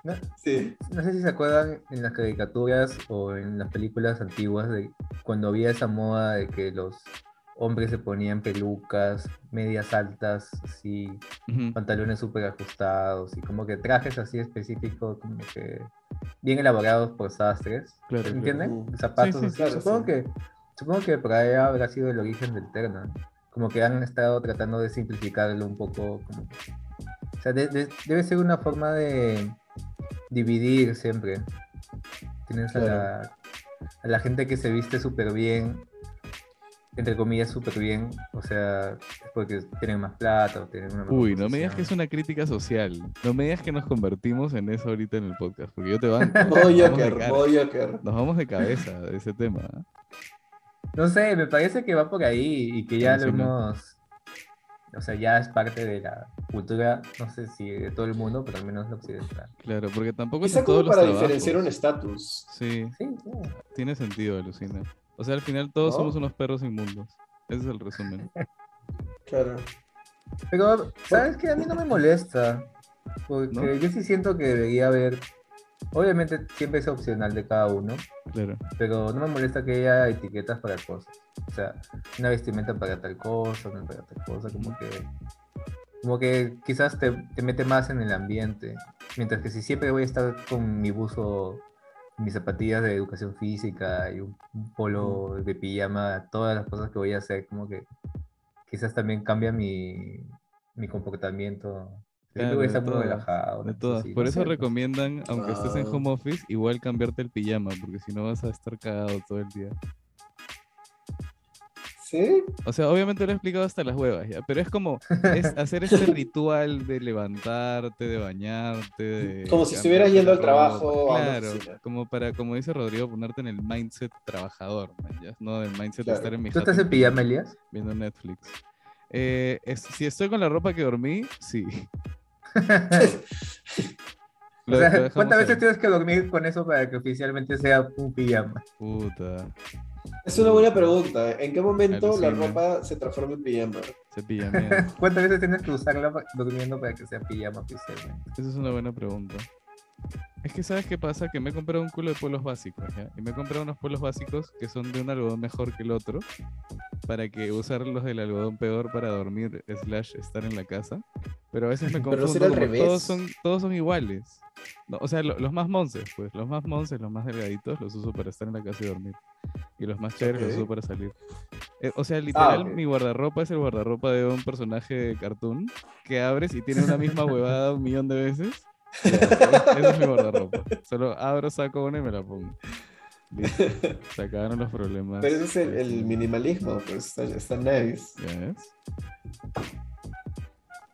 No,
<laughs>
Sí.
no sé si se acuerdan en las caricaturas o en las películas antiguas de cuando había esa moda de que los hombres se ponían pelucas, medias altas, así,
Ujú.
pantalones súper ajustados y como que trajes así específicos, como que bien elaborados por sastres.
Claro,
¿Se
claro.
entiende?
Ujú.
Zapatos
Sí, sí,
así.
claro,
supongo,
sí.
que, supongo que por ahí habrá sido el origen del terno. ¿no? Como que han estado tratando de simplificarlo un poco. como que- O sea, de- de- debe ser una forma de dividir siempre. Tienes a, la, a la gente que se viste súper bien, entre comillas súper bien, o sea, es porque tienen más plata o tienen una mejor
Uy, no me digas que es
posición.
una crítica social. No me digas que nos convertimos en eso ahorita en el podcast, porque yo te banco. Nos vamos de
Boyaker,
cara.
Boyaker.
Nos vamos de cabeza de ese tema. ¿eh?
No sé, me parece que va por ahí y que ya lo
Emocional.
hemos... O sea, ya es parte de la cultura, no sé si de todo el mundo, pero al menos la occidental.
Claro, porque tampoco es
Quizá
en todos
como
los
para
trabajos.
diferenciar un estatus.
Sí,
Sí, sí.
tiene sentido, alucina. O sea, al final todos
¿No?
somos unos perros inmundos. Ese es el resumen.
Claro.
Pero, ¿sabes qué? A mí no me molesta. Porque
¿No?
yo sí siento que debería haber. Obviamente siempre es opcional de cada uno,
Claro.
pero no me molesta que haya etiquetas para cosas. O sea, una vestimenta para tal cosa, una para tal cosa, como que. Como que quizás te, te mete más en el ambiente. Mientras que si siempre voy a estar con mi buzo, mis zapatillas de educación física y un, un polo de pijama, todas las cosas que voy a hacer, como que quizás también cambia mi, mi comportamiento. Siempre
Claro, de
voy a estar muy
todas,
relajado.
De
una cosa
todas.
así,
Por
no
eso
sé, no sé.
recomiendan, aunque estés en
Ah.
home office, igual cambiarte el pijama, porque si no vas a estar cagado todo el día.
¿Sí?
O sea, obviamente lo he explicado hasta las huevas, ya, pero es como
<laughs>
es hacer este ritual de levantarte, de bañarte, de
Como si
cambiarte
estuvieras yendo
la
al trabajo
ropa.
o a una
Claro,
oficina.
como para, como dice Rodrigo, ponerte en el mindset trabajador, man, ya, no el mindset de
Claro.
estar en mi
¿Tú
jato
estás en pijama, Elías?
viendo Netflix. Eh, es- si estoy con la ropa que dormí,
<laughs>
sí.
O
Lo- lo
sea,
dejamos
¿cuántas veces
ahí.
tienes que dormir con eso para que oficialmente sea un pijama?
Puta,
Es una buena pregunta. ¿En qué momento la
Alucina.
ropa se transforma en pijama?
se pijamea.
¿Cuántas veces tienes que usarla pa- durmiendo para que sea pijama oficialmente? <laughs>
Esa es una buena pregunta. Es que sabes qué pasa, que me he comprado un culo de polos básicos, ¿ya? Y me he comprado unos polos básicos que son de un algodón mejor que el otro, para que usar los del algodón peor para dormir, slash, estar en la casa. Pero a veces me
<laughs> Pero no
confundo,
será al
como
revés.
Todos, son, todos son iguales. No, o sea, lo- los más monces, pues, los más monces, los más delgaditos, los uso para estar en la casa y dormir. Y los más chéveres los
Ok.
uso para salir. Eh, o sea, literal,
Ah, ok.
mi guardarropa es el guardarropa de un personaje de cartoon que abres y tiene una misma huevada un millón de veces. Ya, Ese es mi guardarropa. Solo abro, saco uno y me la pongo. Listo. Se acabaron los problemas. Este,
Pero ese es el, el minimalismo, pues está, está nice.
¿Ya ves?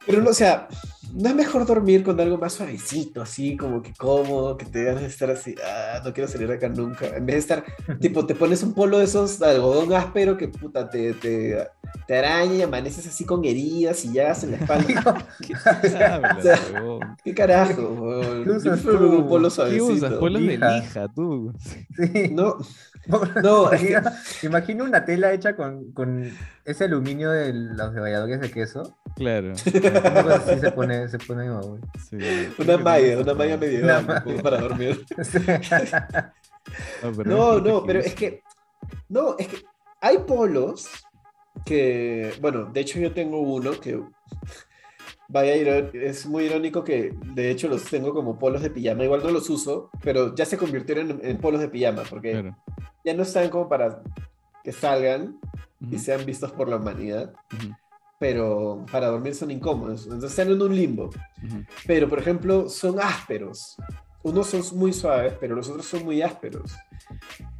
Pero no, o sea, no es mejor dormir con algo más suavecito, así como que cómodo, que te dejas de estar así, ah, no quiero salir de acá nunca. En vez de
<laughs>
estar, tipo, te pones un polo de esos de algodón áspero que puta, te, te, te araña y amaneces así con heridas y llagas en la espalda.
<laughs> Habla,
<laughs> O sea,
huevón.
¿Qué carajo? weón?
¿Qué usas
Yo prefiero
tú?
un polo
¿Qué
suavecito.
usas? Polos de
lija.
lija, tú.
Sí.
No,
<laughs>
no, es que-
Imagina, imagina una tela hecha con, con ese aluminio de los devalladores de queso.
<laughs>
Claro.
Una cosa así se pone, se pone nuevo, <laughs> güey.
Sí.
una malla, una malla medieval
Una
como para dormir.
<laughs> Sí.
No, pero,
No, no, pero es que. No, es que hay polos que. Bueno, de hecho, yo tengo uno que. Vaya, iró- es muy irónico que de hecho los tengo como polos de pijama. Igual no los uso, pero ya se convirtieron en, en polos de pijama porque
Claro.
ya no están como para que salgan
Ujú,
y sean vistos por la humanidad,
ujú,
pero para dormir son incómodos. Entonces están en un limbo.
ujú.
Pero, por ejemplo, son ásperos. Unos son muy suaves, pero los otros son muy ásperos.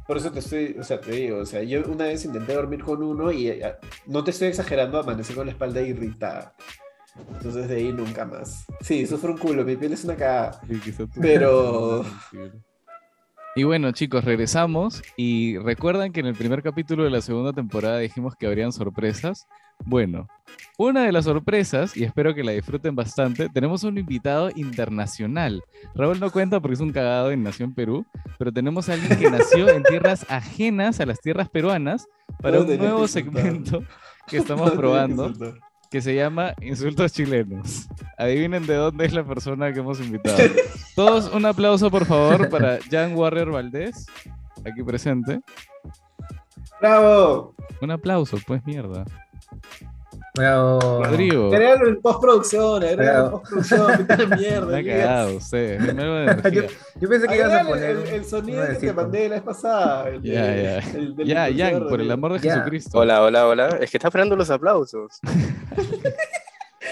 Por eso te estoy, o sea, te digo, o sea, yo una vez intenté dormir con uno y eh, no te estoy exagerando, amanecí con la espalda irritada. Entonces de ahí nunca más. Sí, sufro un culo, mi piel es una cagada.
Sí, quizá tú-
Pero-
Y bueno, chicos, regresamos. Y recuerdan que en el primer capítulo de la segunda temporada dijimos que habrían sorpresas. Bueno, una de las sorpresas, y espero que la disfruten bastante, tenemos un invitado internacional. Raúl no cuenta porque es un cagado y nació en Perú, pero tenemos a alguien que nació
<laughs>
en tierras ajenas a las tierras peruanas para
No
un
tenía que
nuevo
insultar.
segmento que
<laughs>
estamos probando que se llama Insultos Chilenos. Adivinen de dónde es la persona que hemos
<laughs>
invitado. Todos un aplauso, por favor, para Jan Warrior Valdés, aquí presente.
¡Bravo!
Un aplauso, pues mierda.
Bravo.
Rodrigo, me
Agregalo en postproducción, agregalo en
Bravo.
postproducción, <laughs> puta mierda.
ha
Elías.
cagado usted. me muero de
<laughs>
Yo,
energía.
yo pensé que ibas a
Agregale
poner.
el, el sonido
una
que
de
te
sitcom.
mandé la vez pasada. el de-
Ya, ya.
el del
Ya,
impulsor,
Jan, por el
Rodrigo.
amor de
Ya.
Jesucristo.
Hola, hola, hola. Es que está esperando los <laughs> aplausos.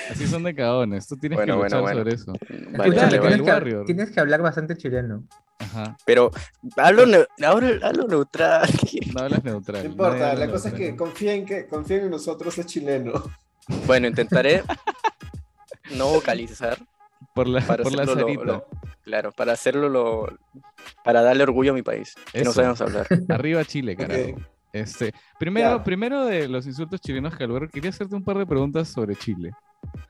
Así son de cagones. Tú tienes
Bueno,
que luchar
bueno, bueno.
sobre eso. tal?
Vale, vale,
¿Qué tal?
vale.
el
tienes, que,
Warrior.
tienes que hablar bastante
<laughs>
chileno.
Ajá.
Pero hablo, neu- hablo, hablo neutral.
No hablas neutral.
No
nadie
importa,
habla
la cosa es que
neutral.
confíen, que confíen en nosotros, es chileno.
<laughs> Bueno, intentaré no vocalizar
Por la,
para
por la
hacerlo lo-
zarita.
lo- claro, para hacerlo lo para darle orgullo a mi país, que
Eso.
no sabemos <laughs> hablar.
Arriba Chile, carajo.
<laughs> Ok.
Este, primero,
Ya.
primero de los insultos chilenos, Calvaro, quería hacerte un par de preguntas sobre Chile.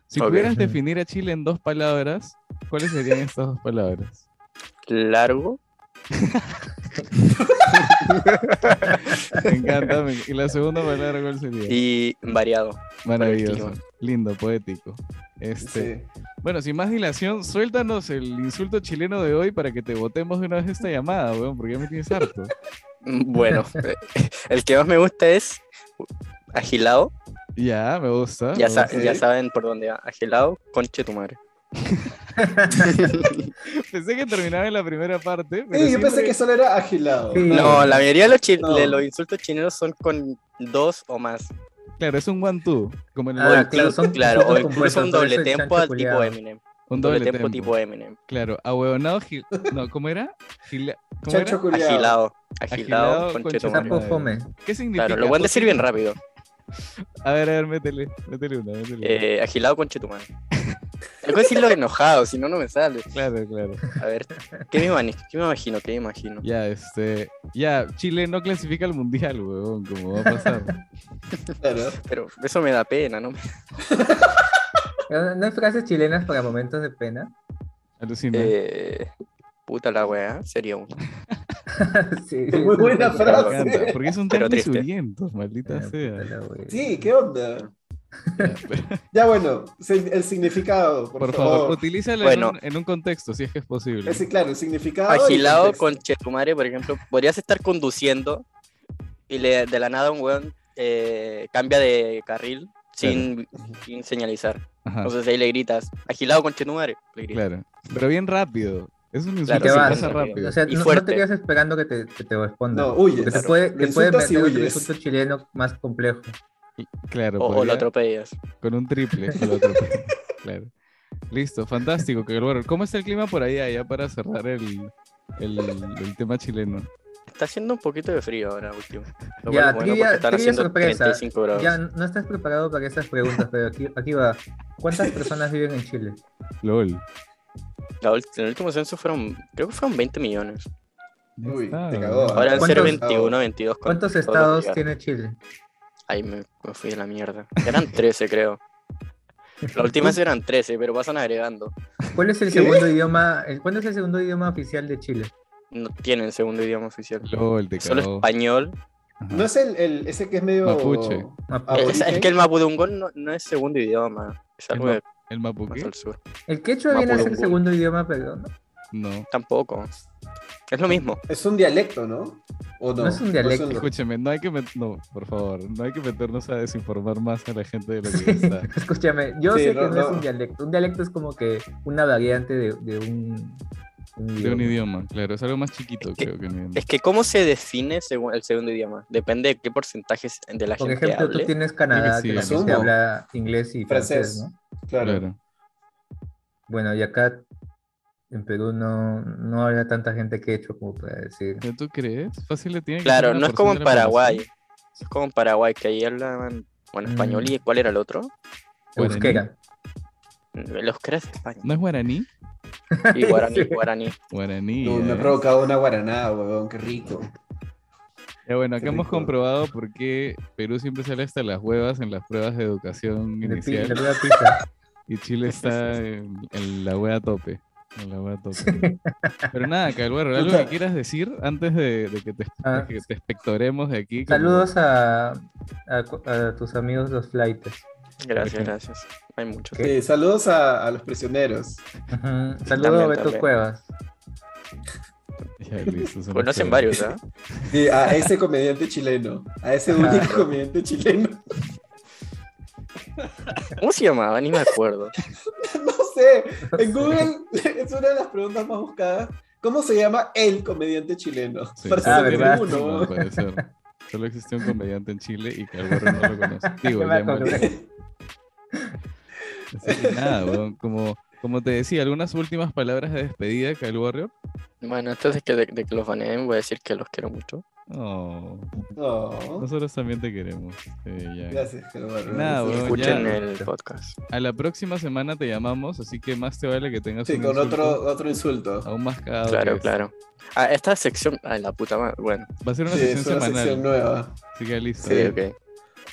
Si
Ok.
pudieras definir a Chile en dos palabras, ¿cuáles serían estas dos palabras?
Largo,
Me encanta. me- Y la segunda palabra, ¿cuál sería?
y variado.
Maravilloso.
poético.
Lindo, poético. Este,
Sí.
Bueno, sin más dilación, suéltanos el insulto chileno de hoy para que te votemos de una vez esta llamada, weón, porque ya me tienes harto.
Bueno, <laughs> el que más me gusta es agilado.
Ya, me gusta.
Ya,
me
sa- <laughs>
gusta.
ya saben por dónde va. Agilado, conche tu madre.
Pensé que terminaba en la primera parte.
Sí,
Pero
yo pensé que solo era agilado.
Sí.
No, la mayoría de los, chi-
No.
de los insultos chilenos son con dos o más.
Claro, es un one-two, como en el
Ah,
o
claro, <laughs>
incluso,
son
claro, o
insultos
incluso
compuestos,
un
todo
doble
ese
tempo
chancho
al tipo
culiao.
Eminem.
un
doble,
doble,
tempo, tipo Eminem.
Claro, ahuevonado gil... No, ¿cómo era? Gila- ¿Cómo era?
Chacho culiao.
Agilado.
Agilado,
Agilado,
concha
conchetumare.
tu madre.
Sapo fome.
¿Qué significa?
Claro, lo voy a decir bien rápido.
A ver, a ver, métele, métele una, métele una.
Eh, agilado, <laughs> conchetumare. Tengo que decirlo enojado, si no, no me sale.
Claro, claro.
A ver, ¿qué me, imagino? ¿Qué me imagino? ¿Qué me imagino?
Ya, este... Ya, Chile no clasifica al Mundial, huevón, como va a
<laughs>
pasar.
Claro.
Pero eso me da pena, ¿no?
¿No hay frases chilenas para momentos de pena? <laughs>
Alucina.
Eh, puta la weá, sería uno.
Sí,
Muy
sí,
buena
sí.
Me
frase.
encanta, porque es un
<laughs> Pero
tan
triste. <laughs>
surientos, maldita
Ah,
sea.
puta la wea.
Sí, ¿qué onda? Ya bueno, si- el significado, por,
Por
favor.
favor, utilízala
Bueno.
en, un, en un contexto, si es que es posible.
Ese, claro, el significado. y el
Agilado
contexto.
con Chetumare, por ejemplo, podrías estar conduciendo y le, de la nada un weón eh, cambia de carril sin, sin señalizar.
Ajá,
Entonces ahí le gritas, agilado con Chetumare. Le gritas.
claro. Pero bien rápido. Es un insulto
Claro,
que
te vas,
pasa
claro.
rápido.
O sea,
Y
no, no
fuerte.
te quedas esperando que te, que te respondan.
No, huyes.
Porque te
Claro. Lo
puede, te puede
insultas y
meter otro
huyes.
insulto chileno más complejo.
Claro,
O, o lo
podría-
atropellas.
con un triple. Con lo
<laughs>
atropellas, claro. Listo, fantástico. Calvaro. ¿Cómo está el clima por ahí allá para cerrar el, el, el tema chileno?
Está haciendo un poquito de frío ahora último. Lo
Ya,
cual
trivia-
es porque están
trivia
haciendo
sorpresa.
35 grados.
Ya no estás preparado para esas preguntas, pero aquí, aquí va. ¿Cuántas personas viven en
<laughs>
Chile?
LOL.
La ult- en el último censo fueron, creo que fueron 20 millones.
Ya
Uy,
está,
te
¿no?
cagó.
Ahora han ser
¿Cuántos-
21, 22. con
¿Cuántos
todos los
estados
días.
tiene Chile?
Ahí me, me fui de la mierda. Eran 13, creo. La última vez eran 13, pero pasan agregando.
¿Cuál es el
¿Qué?
segundo idioma? el- ¿Cuál es el segundo idioma oficial de Chile?
No tienen segundo idioma oficial.
LOL, te
Solo
cagó.
español.
Ajá.
No es el, el- ese que es medio.
Mapuche.
Mapuche.
Ah,
Es, es
¿sí?
que el mapudungón no, no es segundo idioma. Es algo
ma-
de
¿El
más
mapuqué?
al sur.
El quechua viene a ser el
Mapuche.
segundo idioma, pero no,
No.
Tampoco. Es lo mismo.
Es un dialecto, ¿no? ¿O no?
No es un dialecto.
No,
Escúcheme, no hay que met- no, por favor, no hay que meternos a desinformar más a la gente de lo que
Sí,
<laughs>
está.
<laughs> Escúchame, yo
Sí,
sé
no,
que no, es
no.
un dialecto. Un dialecto es como que una variante de, de un, un
De un idioma, claro, es algo más chiquito,
Es que-
creo que un idioma.
Es que cómo se define según el segundo idioma. Depende de qué porcentaje de la
Por
gente
ejemplo, tú
hable.
tienes Canadá,
sí,
que también
asumo.
se habla inglés y francés,
Francés.
¿no?
Claro.
Claro.
Bueno, y acá en Perú no, no habla tanta gente quechua como para decir.
¿Ya ¿Tú crees? Fácil le tiene que ser
Claro,
una
no es como
porción
en
de la población.
Paraguay. Es como en Paraguay, que ahí hablaban, bueno, español y ¿cuál era el otro?
Guaraní.
Euskera.
Los creas de
<laughs>
España.
¿No es guaraní?
Y guaraní,
Sí.
guaraní.
Guaraní.
No, me
eh.
ha provocado una guaraná, weón, qué rico.
Ya bueno, acá
Qué
hemos
rico.
comprobado por qué Perú siempre sale hasta las huevas en las pruebas de educación
De pi-
inicial
de pura
<laughs>
pizza.
y Chile
<laughs>
está en, en la hueva tope. En la hueva tope. Pero
<laughs>
nada, Calvaro, ¿algo que quieras decir antes de, de que, te,
Ah.
de que te espectoremos de aquí? como-
Saludos a, a cu- a tus amigos los flightes.
Gracias,
Ujú.
gracias. Hay muchos.
Sí, Eh, saludos a, a los prisioneros.
Ujú. Saludos
También,
a Beto
también.
Cuevas.
Ya, listo, son
Conocen
ustedes.
varios, ¿ah?
Sí, Eh, a ese comediante chileno. A ese único comediante chileno. <laughs>
¿Cómo se llamaba? Ni me acuerdo.
No sé. En Google <laughs> es una de las preguntas más buscadas. ¿Cómo se llama el comediante chileno?
Sí,
Parece
Ah,
ser
¿verdad?
uno.
al parecer. Solo existió un comediante en Chile y Calvaro no lo conoce.
<laughs>
Digo,
Qué
ya
bajo,
murió. Así que nada, weón, como, como te decía, algunas últimas palabras de despedida, Calvaro.
Bueno, antes de que, de, de que los baneen, voy a decir que los quiero mucho.
No,
No.
Oh, nosotros también te queremos. Eh, ya.
Gracias, Germán.
Nada,
Sí,
weón,
Escuchen
ya.
el podcast.
A la próxima semana te llamamos, así que más te vale que tengas
Sí,
un
con
insulto
otro, otro insulto.
aún más cagado que
Claro,
este.
claro. Ah, esta sección. Ay, la puta madre. Bueno,
Va a ser una
Sí,
sesión
es una
semanal.
sección nueva.
Así que listo.
Sí.
sí, ok.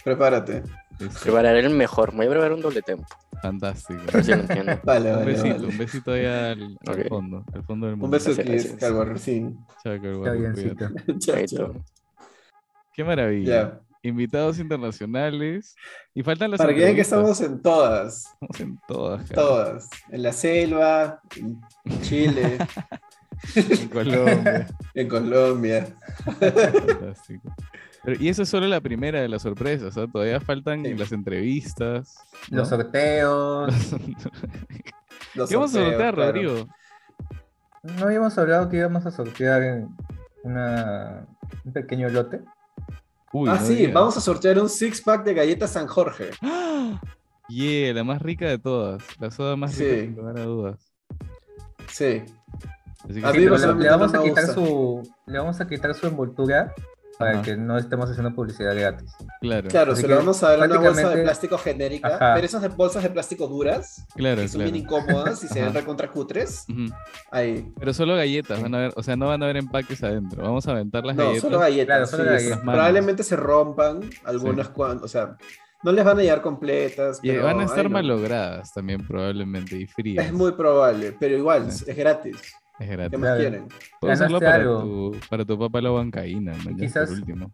Prepárate.
listo,
Prepararé el mejor. Me voy a preparar un doble tempo.
Fantástico.
A ver si lo
<laughs>
entiendo.
Vale,
Un
vale.
besito,
vale.
un besito allá al, al
Ok.
fondo, al fondo del mundo.
Un beso,
Gracias,
Chris,
gracias.
Calvaro. Sí.
Chao, Calvaro,
Está
cuídate.
<laughs>
biencito.
Chao,
Ahí
chao.
todo.
Qué maravilla.
Ya.
Invitados internacionales. Y faltan las
Para que vean que
entrevistas.
estamos en todas.
Estamos <laughs> en todas, cara.
Todas. En la selva, en
<laughs>
Chile,
en
<laughs>
Colombia.
en Colombia.
Fantástico. Pero- y eso es solo la primera de las sorpresas, ¿ah? Todavía faltan
Sí.
las entrevistas. ¿no?
Los sorteos.
Los
¿Qué vamos a
sorteos,
sortear,
claro.
Rodrigo?
No habíamos hablado que íbamos a sortear en una, un pequeño lote.
Uy,
ah,
no
sí,
digas.
vamos a sortear un six pack de galletas San Jorge.
¡Ah! Yeah, la más rica de todas. La soda más
Sí.
rica, sin lugar a dudas.
Sí.
Así
A
Sí,
mí
pero le,
personalmente
le vamos
no
a
me
quitar
gusta.
su, le vamos a quitar su envoltura para
Ajá.
que no estemos haciendo publicidad gratis.
claro, claro,
Claro,
Así
se lo
que
vamos a dar a una bolsa de
prácticamente-
plástico genérica,
Ajá.
pero esas de bolsas de plástico duras,
claro.
que son bien incómodas y se ven
Ajá.
recontra cutres.
Ujú.
Ahí.
Pero solo galletas,
Sí.
van a ver, o sea, no van a haber empaques adentro. Vamos a aventar las
no,
galletas.
solo galletas.
Claro, solo
sí,
galletas.
sí. Probablemente se rompan algunas cuando, o sea, no les van a llegar completas.
Y
pero,
van a estar
ay, no.
malogradas también probablemente y frías.
Es
Es,
muy probable, pero igual,
Sí.
es gratis. ¿Qué
gratis.
más
Claro.
quieren?
Puedes usarlo
Ganaste
para
algo.
tu, para tu papá la bancaína, ¿no? Ya,
Quizás-
por último.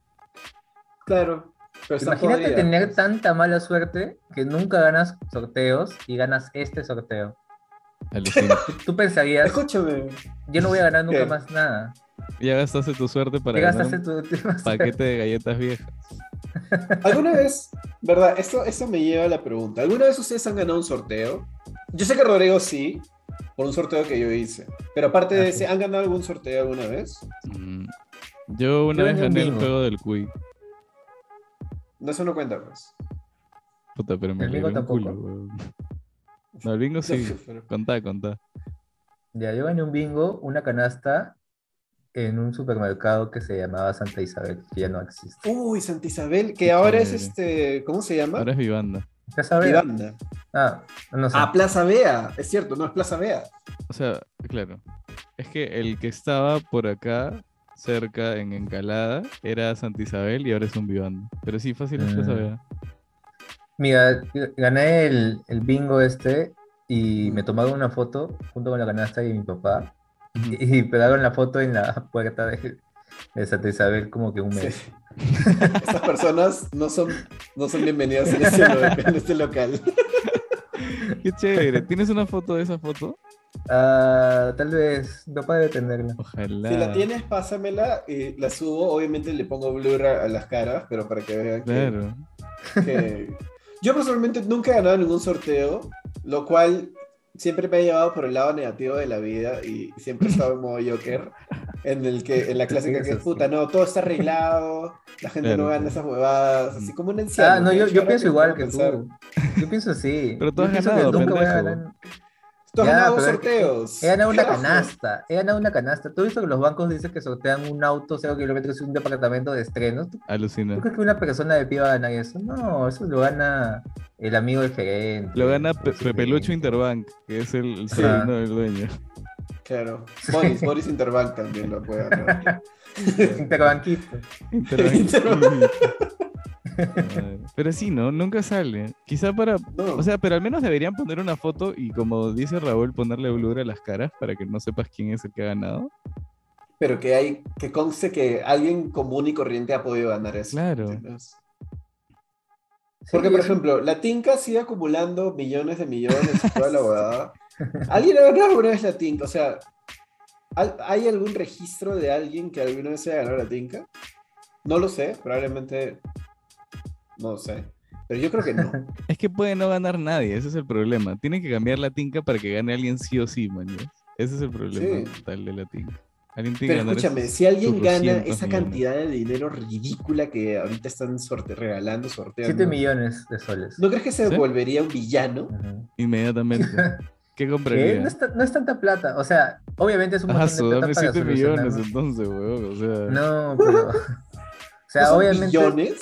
Claro. Pero está
Imagínate
podrida,
tener
pues.
tanta mala suerte que nunca ganas sorteos y ganas este sorteo.
<laughs>
Alucina.
Tú, tú pensarías,
Escúchame.
yo no voy a ganar nunca
¿Qué?
más nada.
ya gastaste tu suerte para
Te
ganar
gastaste
un
tu última suerte.
paquete de galletas viejas.
¿Alguna vez, verdad? Esto, esto me lleva a la pregunta. ¿Alguna vez ustedes han ganado un sorteo? Yo sé que Rodrigo sí, por un sorteo que yo hice. Pero aparte de
Ah,
ese, ¿han ganado algún sorteo alguna vez?
Mm. Yo una
Yo
vez
gané un
gané el
bingo.
juego del Cui.
No, eso no cuenta, pues.
Puta, pero me
El
alegré
bingo
un
tampoco.
culo, weón. No, el bingo sí.
<laughs>
Pero-
Contá, contá.
Ya, yo gané un bingo, una canasta en un supermercado que se llamaba Santa Isabel, que ya no existe.
Uy, Santa Isabel, que ahora es
chévere.
este. ¿Cómo se llama?
Ahora es mi banda.
Plaza Vea.
Vivanda.
Ah, no sé.
Ah, Plaza Vea. Es cierto, no es Plaza Vea.
O sea, claro. Es que el que estaba por acá, cerca, en Encalada, era Santa Isabel y ahora es un vivando. Pero sí, fácil es Plaza
Ah.
Vea.
Mira, gané el, el bingo este y me tomaron una foto junto con la canasta y mi papá <laughs>
Ujú.
y, y pegaron la foto en la <laughs> puerta de, de Santa Isabel como que un mes.
Sí. <laughs> Estas personas no son, no son bienvenidas en este, lo- en este local.
Qué chévere. ¿Tienes una foto de esa foto?
Ah, tal vez mi papá debe tenerla.
Ojalá.
Si la tienes, pásamela y la subo. Obviamente le pongo blur a, a las caras, pero para que vean que-
Claro.
que- Yo personalmente nunca he ganado ningún sorteo, lo cual siempre me ha llevado por el lado negativo de la vida y siempre he estado en modo Joker, en, el
<laughs>
que, en la clásica que es puta, no, todo está arreglado, la gente
Claro,
no gana
claro.
esas huevadas, así como un anciano.
Ah, no, yo, yo
Ahora
pienso igual
me
que
pongo a pensar.
tú. Yo pienso así.
<laughs> Pero tú has
Yo pienso que
ganado,
nunca voy a
pendejo.
ganar.
Tú has
Ya,
ganado dos
pero es que
sorteos.
He ganado una
Carajo.
canasta, he ganado una canasta. ¿Tú has visto que los bancos dicen que sortean un auto cero kilómetros y un departamento de estrenos? ¿Tú,
Alucina.
tú crees que una persona de pie va a ganar eso? No, eso lo gana el amigo del gerente.
Lo gana
el
Pe-
suplente.
Pepelucho Interbank, que es el, el
Sí.
sobrino del
<laughs>
dueño.
Claro. Boris, Boris Interbank también lo puede
<laughs>
ganar.
Interbanquista.
<laughs> Interbank. Ay, pero sí, ¿no? Nunca sale. Quizá para...
No.
O sea, pero al menos deberían poner una foto y como dice Raúl, ponerle blur a las caras para que no sepas quién es el que ha ganado.
Pero que hay, que conste que alguien común y corriente ha podido ganar eso.
Claro.
¿entiendes? Porque,
Sí,
por
es-
ejemplo, la Tinca sigue acumulando millones de millones y
<laughs>
toda la huevada. ¿Alguien ha ganado alguna vez la Tinca? O sea, ¿al- ¿hay algún registro de alguien que alguna vez haya ganado la Tinca? No lo sé, probablemente. No sé. Pero yo creo que
<laughs>
no.
Es que puede no ganar nadie, ese es el problema. Tienen que cambiar la tinca para que gane alguien sí o sí, man. ¿ya? Ese es el problema
Sí.
tal de la tinca. Alguien tiene
Pero
que ganar
escúchame,
esos
si alguien
sus
gana
200
esa
millones.
cantidad de dinero ridícula que ahorita están sorte regalando, sorteando,
7 millones de soles.
¿no crees que se
¿Sí?
volvería un villano?
Ujú. <laughs>
inmediatamente. ¿Qué
¿Qué?
compraría?
No, es ta- no es tanta plata. O sea, obviamente es un
Ah,
montón
su,
de plata
dame
para
7 millones
solucionar.
entonces, weón. O sea,
No, pero... <laughs> O
¿No
sea,
son
obviamente
millones?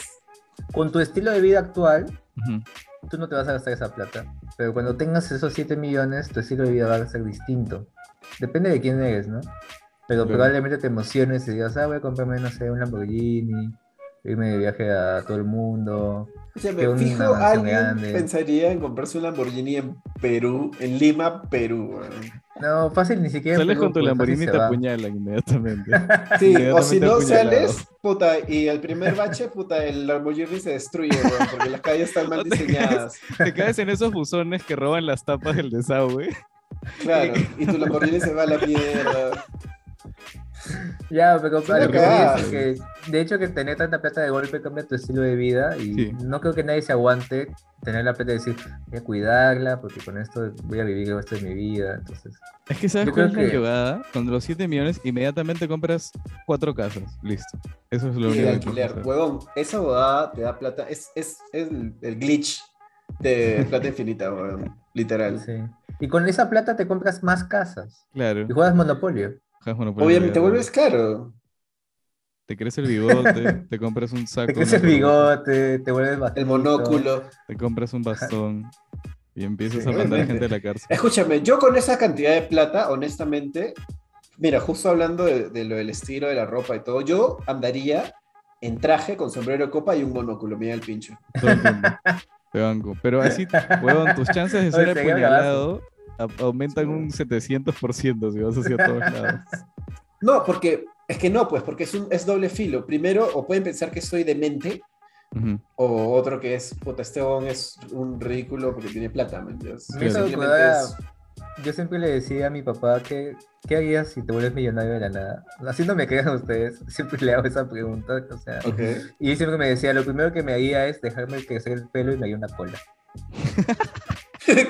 con tu estilo de vida actual,
ujú.
tú no te vas a gastar esa plata. Pero cuando tengas esos 7 millones, tu estilo de vida va a ser distinto. Depende de quién eres, ¿no? Pero
Claro.
probablemente te emociones y digas, ah, voy a comprarme, no sé, un Lamborghini, irme de viaje a todo el mundo.
Escúchame,
que una
fijo,
mansión
alguien
grande.
pensaría en comprarse un Lamborghini en Perú, en Lima, Perú. weón.
No, fácil, ni siquiera. en
Sales con
Perú,
tu
pues, fácil
Lamborghini y
se
te
va.
apuñalan
<laughs>
inmediatamente.
Sí, o
Inmediatamente
si no
apuñalado.
sales, puta, y el primer bache, puta, el Lamborghini se destruye, weón, porque las calles están
No
mal
te
diseñadas.
Te caes en esos buzones que roban las tapas del desagüe.
Claro, y tu Lamborghini se va a la mierda.
Ya, pero
una
para lo que voy
cagada.
es que, de hecho, que tener tanta plata de golpe cambia tu estilo de vida y
Sí.
no creo que nadie se aguante tener la plata y decir, voy a cuidarla porque con esto voy a vivir el resto de mi vida. Entonces,
Es que sabes
Yo
cuál es
creo
la
que-
jugada. Con los 7 millones inmediatamente compras cuatro casas. Listo. Eso es lo único
Y el
que tienes que
alquiler,
hacer.
huevón, esa bodada te da plata, es, es, es el, el glitch de plata infinita, huevón, literal.
sí. Y con esa plata te compras más casas
Claro.
y juegas Monopolio.
Juegas Monopoly
Obviamente te
Real,
vuelves caro.
Te crece el
<laughs>
bigote, te compras un saco.
Te crece el
una corbata,
bigote, te vuelves bajito.
El monóculo.
Te compras un bastón y empiezas
Sí,
a mandar
obviamente.
gente a la cárcel.
Escúchame, yo con esa cantidad de plata, honestamente, mira, justo hablando de, de lo del estilo de la ropa y todo, yo andaría en traje con sombrero de copa y un monóculo, mira el pincho.
Todo el
<laughs>
tiempo. Te banco. Pero así, huevón, tus chances de
Oye,
ser
sería
apuñalado a- aumentan
Sí.
un 700% si vas hacia todos lados.
<laughs>
No, porque es que no, pues, porque es, un, es doble filo. Primero, o pueden pensar que soy demente,
Ujú.
O otro que es, puta, este huevón es un ridículo porque tiene plata, ¿me entiendes?
Sí.
Me hizo
Simplemente
acordar
es-
a- Yo siempre le decía a mi papá que, ¿qué harías si te vuelves millonario de la nada? Así no me crean ustedes, <laughs> siempre le hago esa pregunta, o sea,
Ok. <laughs>
y él siempre me decía, lo primero que me haría es dejarme crecer el pelo y me haría una cola.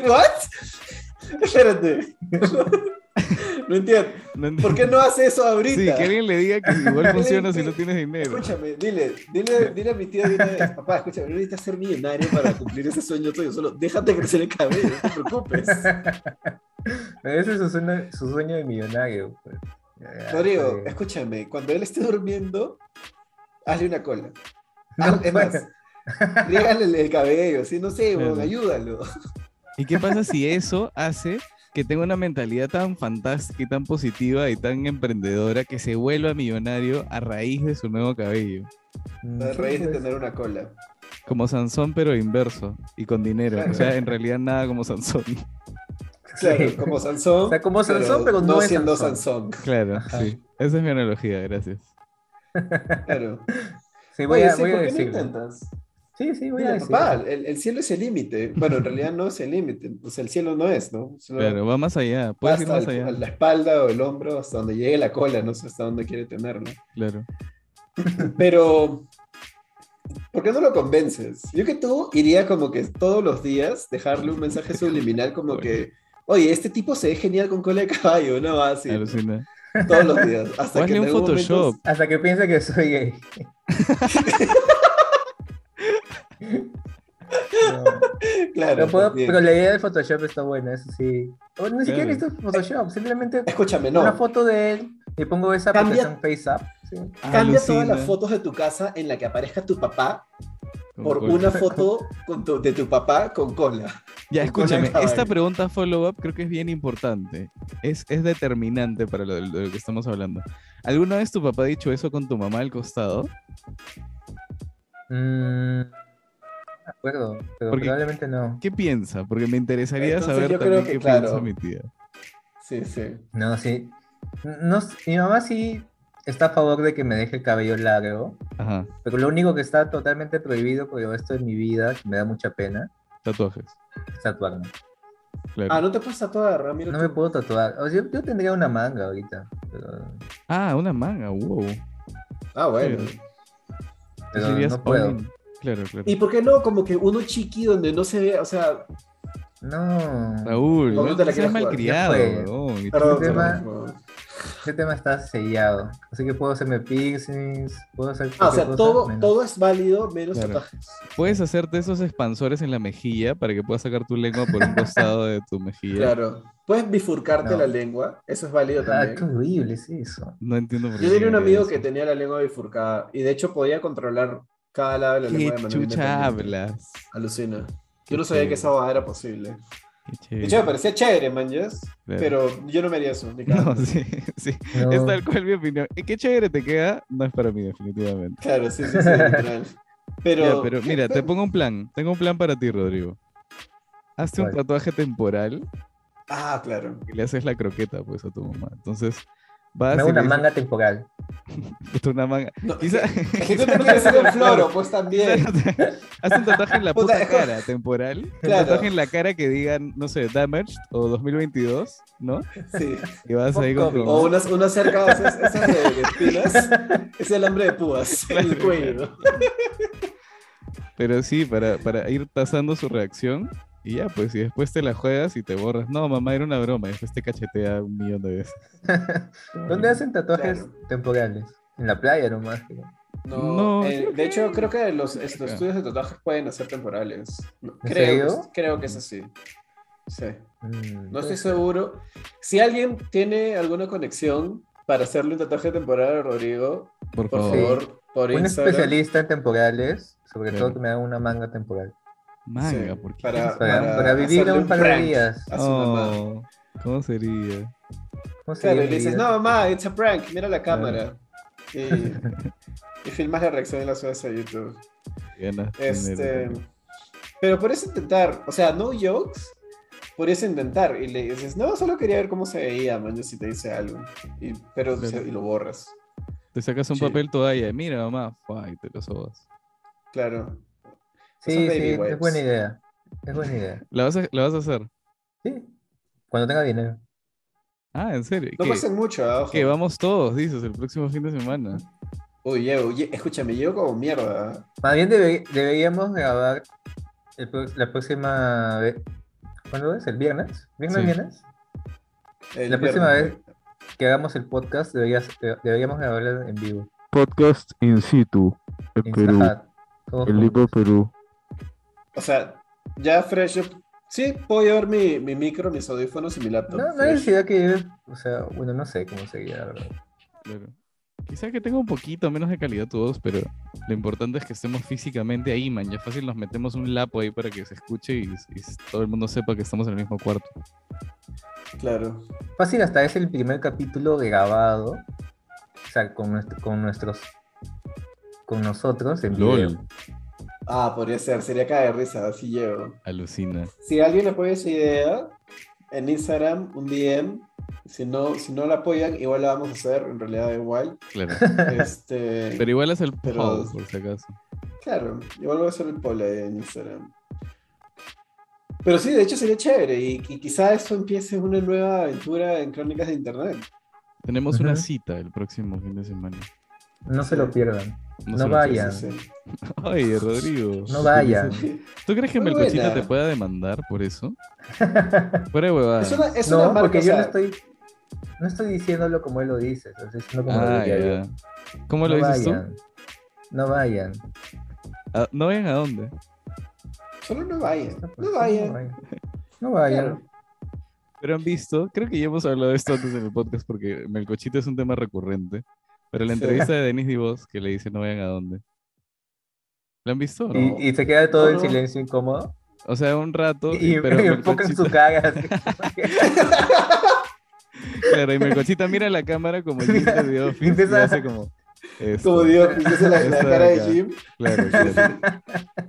¿What?
<laughs>
Espérate. no entiendo.
No ent-
¿Por qué no hace eso ahorita?
Sí, que alguien le diga que
<laughs>
igual funciona si
Sí.
no tienes dinero.
Escúchame, dile, dile, dile a mi tía, dile, papá, escúchame, no necesitas ser millonario para cumplir ese sueño tuyo, solo déjate crecer el cabello, no te preocupes.
Pero ese es su sueño, su sueño de millonario. pues. Ya,
Rodrigo, <laughs>
pues.
escúchame, cuando él esté durmiendo, hazle una cola.
No,
Haz- es
bueno.
más, riégale el, el cabello, así, no sé,
Claro.
weón, ayúdalo.
¿Y qué pasa si eso hace que tenga una mentalidad tan fantástica y tan positiva y tan emprendedora que se vuelva millonario a raíz de su nuevo cabello?
Mm,
A
sí,
raíz de
pues.
tener una cola.
Como Sansón, pero inverso y con dinero.
Claro.
O sea, en realidad nada como Sansón. <laughs>
Claro,
Sí.
como Sansón.
O sea, como Sansón, pero no es
siendo
Sansón.
Sansón.
Claro, sí. Esa es mi analogía, gracias.
<laughs>
Claro.
Sí, voy
Oye,
a,
sí,
voy a
¿por qué no
decirlo.
intentas?
Sí, sí, voy a
Dile,
decirlo.
papá, el, el cielo es el límite. Bueno, en realidad no es el límite. O sea, el cielo no es, ¿no? Solo
Claro, va más allá. Puedes ir
hasta
más
el-
allá.
la espalda o el hombro, hasta donde llegue la cola, no sé hasta dónde quiere tenerlo.
Claro.
Pero, ¿por qué no lo convences? Yo que tú iría como que todos los días dejarle
<laughs>
un mensaje subliminal como que, oye, este tipo se ve genial con cola de caballo, no así.
Alucina.
Todos los
<laughs>
días. Hasta
O
que
hazle
en
un
algún momento-
Photoshop.
Hasta que piensa que soy gay.
<laughs>
No.
<laughs> Claro.
Pero, puedo-
también.
pero la idea del Photoshop está buena, eso sí. O ni siquiera
Claro.
necesito Photoshop, simplemente
Escúchame,
una
no.
foto de él y pongo esa
Cambia-
aplicación FaceApp. sí.
Cambia todas
Alucina.
las fotos de tu casa en la que aparezca tu papá
Con
por
cola. <laughs>
una foto con tu- de tu papá con cola.
Ya,
con cola de
escúchame,
caballo.
esta pregunta follow-up creo que es bien importante. Es, es determinante para lo, de lo que estamos hablando. ¿Alguna vez tu papá ha dicho eso con tu mamá al costado?
Mm, de acuerdo, pero
Porque-
probablemente no.
¿Qué piensa? Porque me interesaría
Entonces,
saber
yo creo
también
que,
qué
claro.
piensa mi tía.
Sí, sí.
No, sí. No, s- mi mamá sí está a favor de que me deje el cabello largo,
Ajá,
pero lo único que está totalmente prohibido por el resto de mi vida, que me da mucha pena,
tatuajes.
es tatuarme.
Claro.
Ah, no te puedes tatuar, mira.
No me puedo tatuar. O sea, yo, yo tendría una manga ahorita, pero,
Ah, una manga, wow.
Ah, bueno.
Sí.
pero
Serías
no puedo.
all-in. Claro, claro.
¿Y por qué no? Como que uno chiqui donde no se ve, o sea,
No.
Raúl,
No,
no,
no te la
seas
quieras jugar,
malcriado,
ya fue.
huevón, y
perdón,
tú-
tema-
perdón, perdón.
Este tema está sellado. Así que puedo hacerme piercings, puedo hacer.
Ah, o sea,
cualquier cosa,
todo,
menos-
todo es válido menos
Claro.
tatuajes.
Puedes hacerte esos expansores en la mejilla para que puedas sacar tu lengua por un costado de tu mejilla.
Claro. Puedes bifurcarte
No.
la lengua, eso es válido
Ah, qué
también.
horrible es eso.
No entiendo por qué.
Yo tenía un
haría
amigo
eso.
que tenía la lengua bifurcada y de hecho podía controlar cada lado de la lengua de
¿Qué
manera
chucha
independiente.
hablas?
Alucina.
Qué
Yo no sabía
chévere.
que esa bobada era posible.
Qué chévere. <laughs>
De hecho, me parecía chévere, man, yes,
Claro.
pero yo no me haría eso.
<laughs>
Ni
No,
cagando.
sí, sí. <laughs>
No.
Es tal cual mi opinión. ¿Y qué chévere te queda? No es para mí, definitivamente.
Claro, sí, sí, sí, literal. Pero,
Ya, pero mira, te pongo un plan. Tengo un plan para ti, Rodrigo. Hazte un
¿Cuál?
tatuaje temporal
<laughs> Ah, claro.
y le haces la croqueta, pues, a tu mamá. Entonces, vas
Me
a
hago una manga temporal.
una
<laughs>
manga.
No,
Quizá- <laughs>
Es que tú te quieres hacer el floro, pues también.
Hazte un tatuaje en la
Puta,
puta
es como-
cara, temporal. Un
Claro.
tatuaje en la cara que digan, no sé, Damaged o 2022, ¿no?
Sí.
Y vas ahí con tu
O
mamá.
unas, unas cercas, esas, esas de, de espinas. Es el hambre de púas en el
Claro.
cuello.
Pero sí, para, para ir tasando su reacción. Y ya, pues, y después te la juegas y te borras. No, mamá, era una broma. Y después te cachetea un millón de veces.
¿Dónde hacen tatuajes
Claro.
temporales? En la playa nomás. creo.
No,
No,
eh,
creo
de hecho, creo que los, los
Claro.
estudios de tatuajes pueden hacer temporales. No,
¿En
Creo,
serio?
creo que es así. Sí.
Mm,
No estoy
pues,
seguro. Si alguien tiene alguna conexión para hacerle un tatuaje temporal a Rodrigo,
Por
por
favor.
favor, por
Un
Instagram.
especialista en temporales, sobre
Claro.
todo que me haga una manga temporal.
Manga,
Sí,
¿por qué?
para-
Para,
Para
para vivir
hacerle
un
un Ah,
par de
prank.
días.
a su mamá.
Oh, ¿Cómo sería?
¿Cómo sería
Claro, y
mi
le dices,
vida?
no, mamá, it's a prank, mira la cámara. Y, y filmas la reacción de la subes a YouTube.
Ganas de
Este,
dinero.
pero por eso intentar, o sea, no jokes, por eso intentar. Y le dices, no, solo quería ver cómo se veía, man, si te dice algo. Y, pero,
Claro.
y lo borras.
Te sacas un
Sí.
papel toalla. Mira, mamá. Fua, y te lo sobas.
Claro.
Sí,
Esos
sí,
baby
es
wipes.
buena idea. Es buena idea.
¿La vas a, la vas a hacer?
Sí. Cuando tenga dinero.
Ah, ¿en serio?
No
¿Qué?
pasen mucho, ah, ojo.
Que vamos todos, dices, el próximo fin de semana.
Uy, llevo, lle- escúchame, llevo como mierda. ah.
Más bien debe- deberíamos grabar el pro- la próxima vez. ¿Cuándo es? ¿El viernes? ¿Viernes,
Sí.
viernes?
El
La próxima
viernes.
Que hagamos el podcast, deberías- deberíamos grabarlo en vivo.
Podcast in situ. En
En
Perú.
Sahat. Todos
El Lima,
juntos.
Perú.
O sea, ya fresh. yo- Sí, puedo llevar mi, mi micro, mis audífonos y mi laptop.
No, no hay
fresh.
necesidad que lleve- O sea, bueno, no sé cómo sería, la verdad.
Claro. Quizás que tenga un poquito menos de calidad tu voz, pero lo importante es que estemos físicamente ahí, man. Ya fácil nos metemos un lapo ahí para que se escuche y, y todo el mundo sepa que estamos en el mismo cuarto.
Claro.
Fácil, hasta es el primer capítulo grabado. O sea, con, nuestro- con nuestros. Con nosotros en video.
Ah, podría ser, sería caer de risa, así llevo.
Alucina.
Si alguien apoya esa idea, en Instagram, un DM. Si no, si no la apoyan, igual la vamos a hacer, en realidad da
<laughs>
igual. <laughs>
Claro.
Este,
Pero igual es el
Pero-
poll, por si acaso.
Claro, igual voy a hacer el poll ahí en Instagram. Pero sí, de hecho sería chévere y, y quizá eso empiece una nueva aventura en Crónicas de Internet.
Tenemos una
Ujú.
cita el próximo fin de semana.
No se lo pierdan. No
se lo
vaya.
Sí,
<laughs>
sí,
Vayan.
sí.
pierdas. Oye, Rodrigo.
No vayan.
<laughs> ¿Tú crees que
Muy
Melcochita
buena.
te pueda demandar por
<laughs>
eso? Fuera de huevada.
Es una, es una
Ah. no,
marca,
porque
o
yo
sea,
no estoy. No estoy diciéndolo como él lo dice. Estoy diciendo como lo
Ah,
diría yo.
ya. ¿Cómo lo
no
dices tú?
vayan. No vayan.
Ah, ¿No vayan a dónde?
Solo no vayan,
Esta
no
persona
vayan.
pues, No vayan.
Claro.
Pero han visto, creo que ya hemos hablado de esto antes en el podcast porque Melcochita es un tema recurrente. Pero la
Sí.
entrevista de Denis Divos que le dice no vayan a dónde. ¿La han visto? o no?
Y, y se queda todo en
No.
silencio incómodo.
O sea, un rato,
Y,
y-
<laughs>
pero
y enfocan su
Melcochita,
cara.
<laughs>
así.
claro, y Melcochita mira la cámara como Jim de The
<laughs>
Office, y
Empieza-
hace como... esto.
Como Dios, esa es la, la
Esa
cara de
acá.
Jim.
Claro, claro.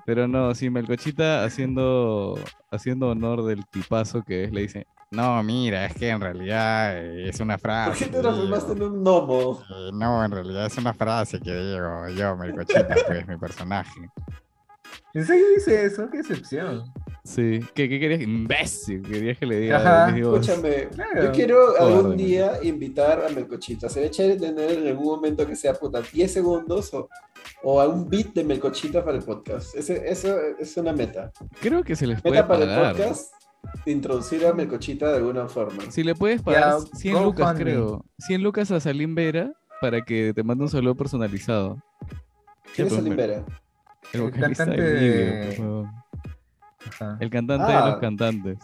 Pero no, sí, Melcochita haciendo, haciendo honor del tipazo que es, le dice, no, mira, es que en realidad eh, es una
Ah,
frase.
¿Por qué te
digo,
transformaste en un gnomo?
eh, no, en realidad es una frase que digo yo, Melcochita, pues mi personaje.
¿En serio dice eso? ¡Qué excepción!
Sí, ¿qué, qué querías? Imbécil, querías que le diga.
Ajá,
Denis Dios.
Escúchame,
Claro.
yo quiero algún
Orden.
día invitar a Melcochita. Sería chévere tener en algún momento que sea puta 10 segundos o, o a un beat de Melcochita para el podcast. Ese, eso es una meta.
Creo que se les puede
Meta para
pagar.
el podcast, introducir a Melcochita de alguna forma.
Si le puedes pagar
Ya,
100 lucas,
GoFundMe.
creo. 100 lucas a Salim Vera para que te mande un saludo personalizado.
¿Quién es
pues, Mel-
Olimpera?
El
El
vocalista de
cantante
Olivia,
de-
por favor.
Ajá.
El cantante
Ah.
de los cantantes.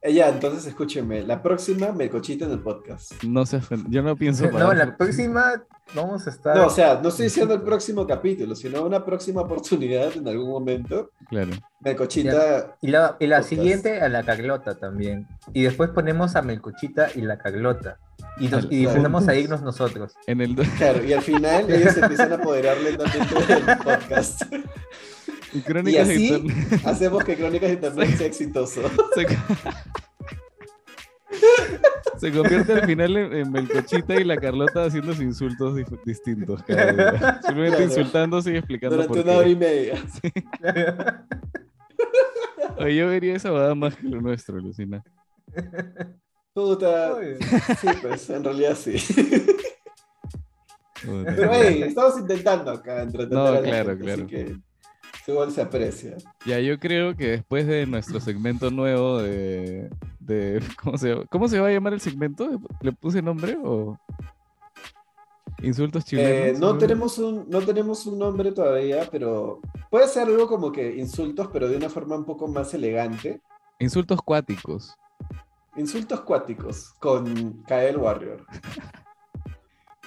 Ella, Eh, entonces escúcheme, la próxima Melcochita en el podcast.
No se ofend- Yo no pienso
<laughs> Eh, No,
pagar.
la próxima vamos a
Ah,
estar.
No, o sea, no estoy diciendo el próximo capítulo, sino una próxima oportunidad en algún momento.
Claro.
Melcochita,
y la, y la
podcast.
siguiente a la Carlota también. Y después ponemos a Melcochita y la Carlota. Y, nos, y
Claro.
empezamos
<laughs>
a irnos nosotros. <laughs>
En el...
claro, y al final ellos empiezan a apoderar lentamente
<laughs>
del podcast.
y Crónicas de
así-
Internet
Hacemos que Crónicas de Internet sea exitoso.
se... co- <laughs> se convierte al final en, en Melcochita y la Carlota haciendo sus insultos dif- distintos. cada día. Simplemente
Claro.
insultándose y explicando
Durante
por
una
qué.
hora y media.
Oye, yo vería esa boda más que lo nuestro, Lucina.
Puta.
Oye,
Sí, pues, en realidad sí.
<laughs> Puta.
Pero hey, estamos intentando acá entretener
No,
a la
claro,
gente,
claro.
así que igual se aprecia.
Ya, yo creo que después de nuestro segmento nuevo de... de- <laughs> ¿cómo, se, llama? ¿Cómo se va a llamar el segmento? ¿Le puse nombre o...? Insultos
Eh,
chilenos.
no,
seguramente?
tenemos un, no tenemos un nombre todavía, pero puede ser algo como que insultos, pero de una forma un poco más elegante.
Insultos cuáticos.
Insultos cuáticos con Kael Warrior.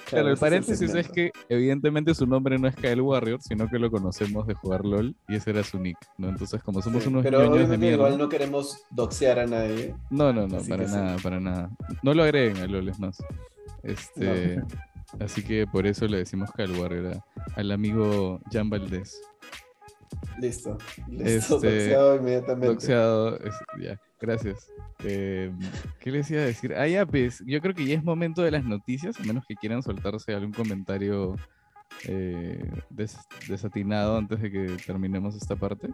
Claro, el
ese es
paréntesis es,
segmento.
que evidentemente su nombre no es Kael Warrior, sino que lo conocemos de jugar LOL y ese era su nick, ¿no? Entonces, como somos
Sí,
unos
pero
ñoños de
obviamente
mierda...
igual no queremos doxear a nadie.
No, no, no,
Así
para
que sí.
nada, para nada. No lo agreguen a LOL, es más. Este, Así que por eso le decimos Kael Warrior a- al amigo Jan Valdés.
Listo. Listo,
Este,
doxeado inmediatamente.
Doxeado, es- ya, gracias. Eh, ¿Qué les iba a decir? Ah, ya, pues, yo creo que ya es momento de las noticias, a menos que quieran soltarse algún comentario eh, des- desatinado antes de que terminemos esta parte?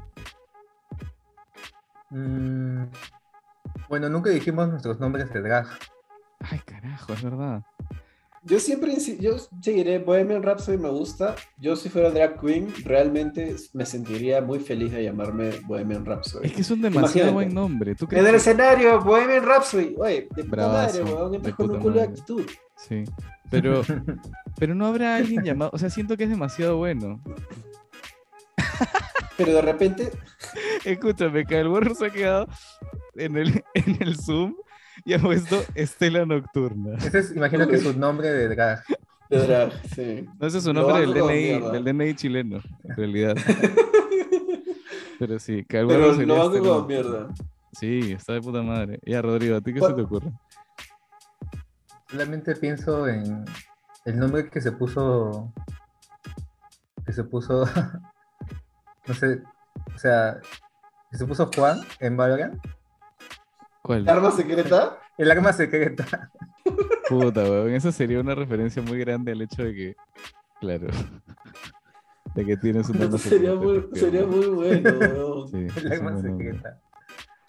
Mm, bueno, nunca dijimos nuestros nombres de drag. <laughs>
Ay, carajo, es verdad.
Yo siempre, insi- yo seguiré, Bohemian Rhapsody me gusta. Yo si fuera drag queen, realmente me sentiría muy feliz de llamarme Bohemian Rhapsody.
Es que es un demasiado
Imagínate.
buen nombre. ¿Tú
En el
crees? que-
escenario, Bohemian Rhapsody. Oye, de puta
Bravazo,
madre, weón.
de
Entras con un
puta
culo de
madre.
actitud.
Sí. Pero, pero no habrá alguien llamado. O sea, siento que es demasiado bueno.
Pero de repente,
Escúchame, que el burro se ha quedado en el, en el Zoom y ha puesto Estela Nocturna.
Ese es, imagino que es su nombre de drag.
<laughs>
de drag, sí.
No, ese es su
Lo
nombre del
amo,
DNI,
mierda.
del DNI chileno, en
<laughs>
realidad. Pero sí, que el burro
Pero
sería este
lo hago
Estela
como
Nocturna.
mierda.
Sí, está de puta madre. Ya, Rodrigo, ¿a ti qué
Bueno.
se te ocurre?
Solamente pienso en el nombre que se puso. Que se puso. <laughs> no sé. O sea. Que se puso Juan en Valorant.
¿Cuál?
¿Arma secreta?
El arma secreta. <laughs>
Puta, weón. Esa sería una referencia muy grande al hecho de que. Claro. <laughs> De que tienes un nombre
<laughs> sería,
secreto,
muy,
efectivamente.
sería muy bueno, <laughs> weón.
Sí, es
El
un
arma
buen nombre.
secreta.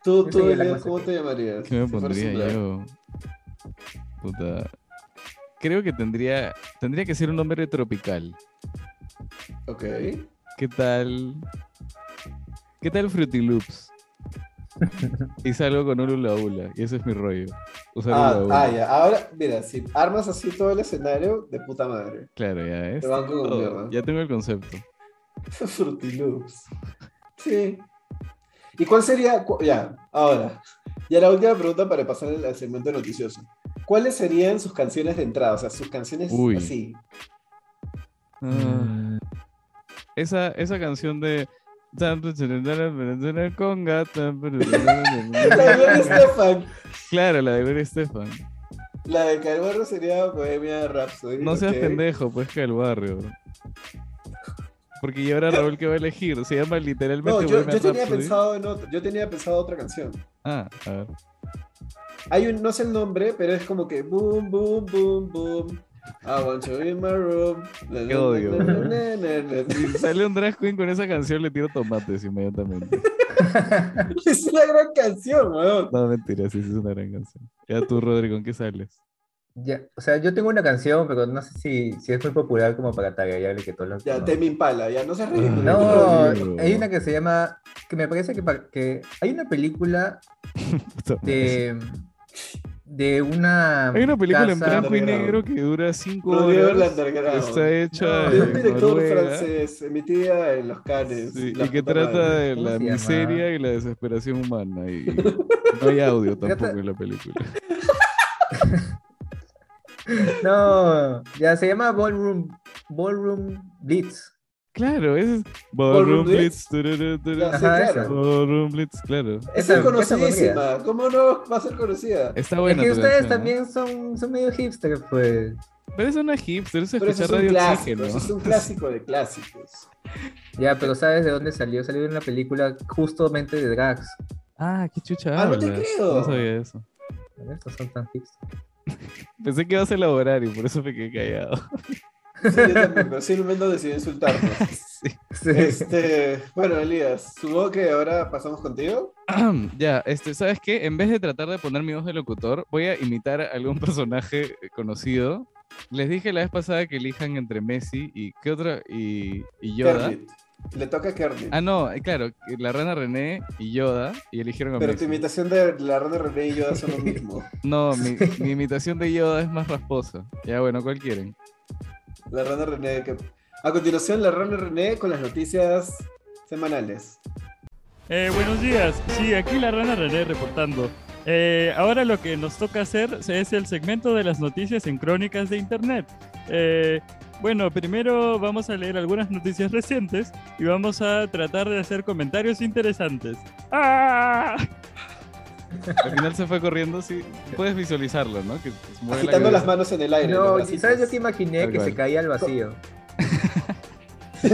Tú,
Yo
tú
sería el
Elias,
arma
¿cómo te llamarías?
¿Qué me
si fueras
pondría
un drag?
yo? Puta. Creo que tendría. Tendría que ser un nombre tropical.
Ok.
¿Qué tal? ¿Qué tal Fruity
<laughs>
Loops? y salgo con un hula hula. Y ese es mi rollo. Usar
Ah,
hula hula.
ah, ya. Ahora, mira, si armas así todo el escenario, de puta madre.
Claro, ya es.
Te banco con
Este todo.
mierda.
Ya tengo el concepto.
<laughs> Fruity Loops. Sí. ¿Y cuál sería? cu- ya, ahora. Ya la última pregunta para pasar al, al segmento noticioso. ¿Cuáles serían sus canciones de entrada? O sea, sus canciones
Uy.
así. <laughs>
Ah. Esa, esa canción de. Conga.
<laughs> La de Gloria Estefan.
Claro, la de Gloria Estefan.
La de Calvarro sería Bohemia Rhapsody.
No seas
ok.
pendejo, pues que el barrio. bro. Porque y ahora Raúl que va a elegir. Se llama
No,
literalmente.
yo,
Bohemian
yo tenía
Rhapsody.
pensado en otro- yo tenía pensado otra canción.
Ah, a ver.
Hay un, no sé el nombre, pero es como que boom, boom, boom, boom. I want you in my room. Na, na,
Qué odio,
na, na,
bro.
na, na, na.
Si sale un drag queen con esa canción, le tiro tomates
<laughs>
inmediatamente.
Es una gran canción, weón.
No, mentira, sí, sí es una gran canción. Ya tú, Rodrigo, ¿con qué sales?
Ya, o sea, yo tengo una canción, pero no sé si, si es muy popular como para taguearle que todos los
Ya,
conozcan.
Temi Impala, ya no
Ah.
se ríen.
No,
Rodrigo.
hay una que se llama. Que me parece que, pa- que hay una película
Puta madre.
de. De una.
Hay una película en
casa-
blanco y
underground.
negro que dura 5
Rodrigo el
horas.
Underground.
Está hecha
No,
De un
en
director
Noruega,
francés, emitida en los Cannes.
sí,
la
y que
puta
trata
madre.
de
¿Cómo
la
se llama?
miseria y la desesperación humana.
<laughs>
Y no hay audio tampoco
Trata-
en la película. <laughs>
No, ya se llama Ballroom. Ballroom Blitz.
Claro, ese es Ballroom
Ballroom
Blitz.
Blitz.
tururú, tururú.
Ya, sí,
Ajá,
claro.
esa.
Ballroom Blitz, claro.
Esa
Esa-
es
esa
conocidísima. ¿Cómo no va a ser conocida?
Está buena.
es que
tu
ustedes
canción, ¿no?
también son, son medio hipster, pues.
Pero es una hipster, eso es
Pero
escuchar
eso es un
radio
clásico.
oxígeno.
Eso es un clásico de clásicos.
Ya, pero ¿sabes de dónde salió? Salió en una película justamente de drags.
Ah, qué chucha.
Ah, no te
hablas.
creo.
No sabía eso.
Estos son tan hipster.
Pensé que ibas a elaborar y por eso me quedé callado.
Sí, yo también, pero sí, Lumendo decidió insultarnos.
Sí.
Sí. <laughs>
Este, bueno, Elías, supongo que ahora pasamos contigo.
<laughs> ya, este, ¿sabes qué? En vez de tratar de poner mi voz de locutor, voy a imitar a algún <laughs> personaje eh, conocido. Les dije la vez pasada que elijan entre Messi y qué otra y, y Yoda.
Kermit. Le toca a Kermit.
Ah, no, eh, claro, que la rana René y Yoda y eligieron a
pero tu
Messi.
imitación de la rana René y Yoda son lo mismo. <laughs>
No, mi, mi imitación de Yoda es más rasposa. Ya bueno, ¿cuál quieren?
La rana René. Que... A continuación, la rana René con las noticias semanales.
Eh, buenos días, sí, aquí la rana René reportando. Eh, ahora lo que nos toca hacer es el segmento de las noticias en crónicas de Internet. Eh, bueno, primero vamos a leer algunas noticias recientes y vamos a tratar de hacer comentarios interesantes. ¡Ah!
Al final se fue corriendo, sí. Puedes visualizarlo, ¿no? Que se mueve la
Agitando
cabeza.
las manos en el aire. los
No, y
bracitos.
¿sabes? Yo que imaginé
Tal
que
cual.
se caía al vacío.
<laughs> A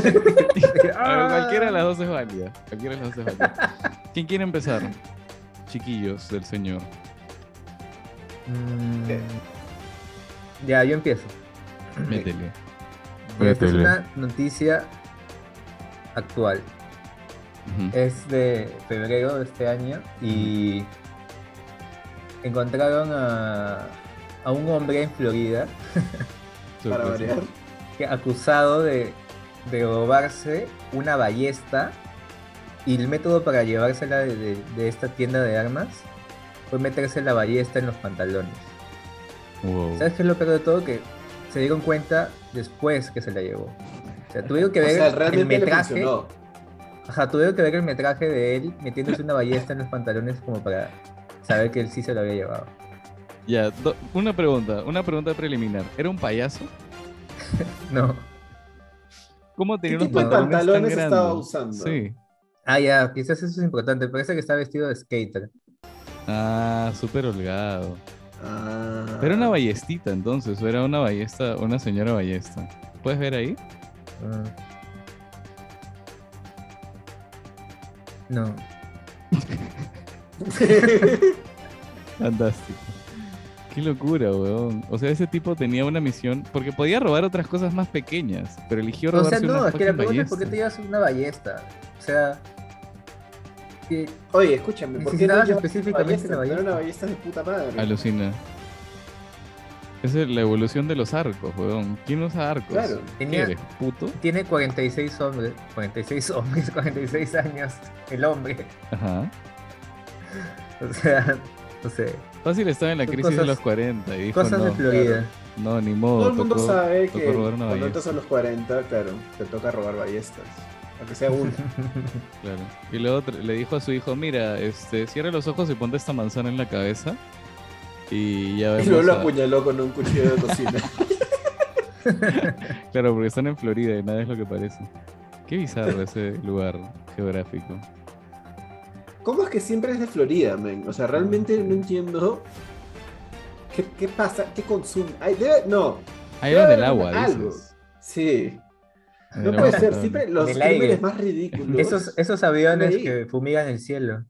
ver, cualquiera de las dos es válida. Cualquiera de las dos es válida. ¿Quién quiere empezar? Chiquillos del señor.
Eh.
Mm. Ya, yo empiezo.
Métele.
Voy a
Esta es
tele.
una noticia actual.
Eh,
Ujú.
Es de febrero de este año y encontraron a, a un hombre en Florida
para
Sorpresa.
variar.
que- acusado de, de robarse una ballesta y el método para llevársela de, de- de esta tienda de armas fue meterse la ballesta en los pantalones.
Wow.
¿Sabes qué es lo peor de todo? Que se dieron cuenta después que se la llevó. O sea, tuvieron que
O
ver
sea,
el
realmente le
metraje.
funcionó.
Ajá, tuvieron que ver el metraje de él metiéndose una ballesta en los pantalones como para saber que él sí se lo había llevado.
Ya, do- una pregunta, una pregunta preliminar. ¿Era un payaso?
No.
¿Cómo tenía
¿Qué
unos
tipo de
pantalones,
pantalones
tan
estaba
grandes?
usando?
Sí.
Ah, ya, quizás eso es importante. Parece que está vestido de skater.
Ah, súper holgado.
Ah.
Pero era una ballestita entonces, o era una ballesta, una señora ballesta. ¿Puedes ver ahí?
Mm. No.
Fantástico. Qué locura, weón. O sea, ese tipo tenía una misión, porque podía robar otras cosas más pequeñas, pero eligió
O
robarse
sea, no,
una
es que la
fucking
pregunta es por qué
ballesta.
te llevas una ballesta. O sea, que
Oye, escúchame, ¿por qué no
Necesitabas
llevas
específicamente
ballesta? Era
la ballesta.
una ballesta de puta madre.
Alucina. Esa es la evolución de los arcos, weón. ¿Quién usa arcos?
Claro.
¿Qué
tenía,
eres, puto?
Tiene 46 hombres, 46 hombres, <laughs> 46 años el hombre.
Ajá.
O sea, no sé,
Fácil estaba en la
Son
crisis de
cosas-
los 40 y dijo,
cosas de
no,
Florida.
no, ni modo.
Todo el mundo
tocó-
sabe
tocó
que
robar una
cuando
ballesta.
estás a los 40, claro, te toca robar ballestas. Aunque
<laughs>
sea una.
Claro. Y luego tr- le dijo a su hijo, mira, este, cierra los ojos y ponte esta manzana en la cabeza. Y ya
y
vemos
luego lo
a-
apuñaló con un cuchillo de cocina. <laughs>
Claro, porque están en Florida y nada es lo que parece. Qué bizarro ese lugar geográfico.
¿Cómo es que siempre es de Florida, men? O sea, realmente no entiendo. ¿Qué, qué pasa? ¿Qué consume? Ay, debe- No,
Ahí
Debe
donde el
haber
agua,
algo.
dices.
sí.
Donde
No
el
puede
agua
ser.
potable.
Siempre los
En el aire.
crímenes más ridículos.
Esos, esos aviones
Leí.
que fumigan el cielo.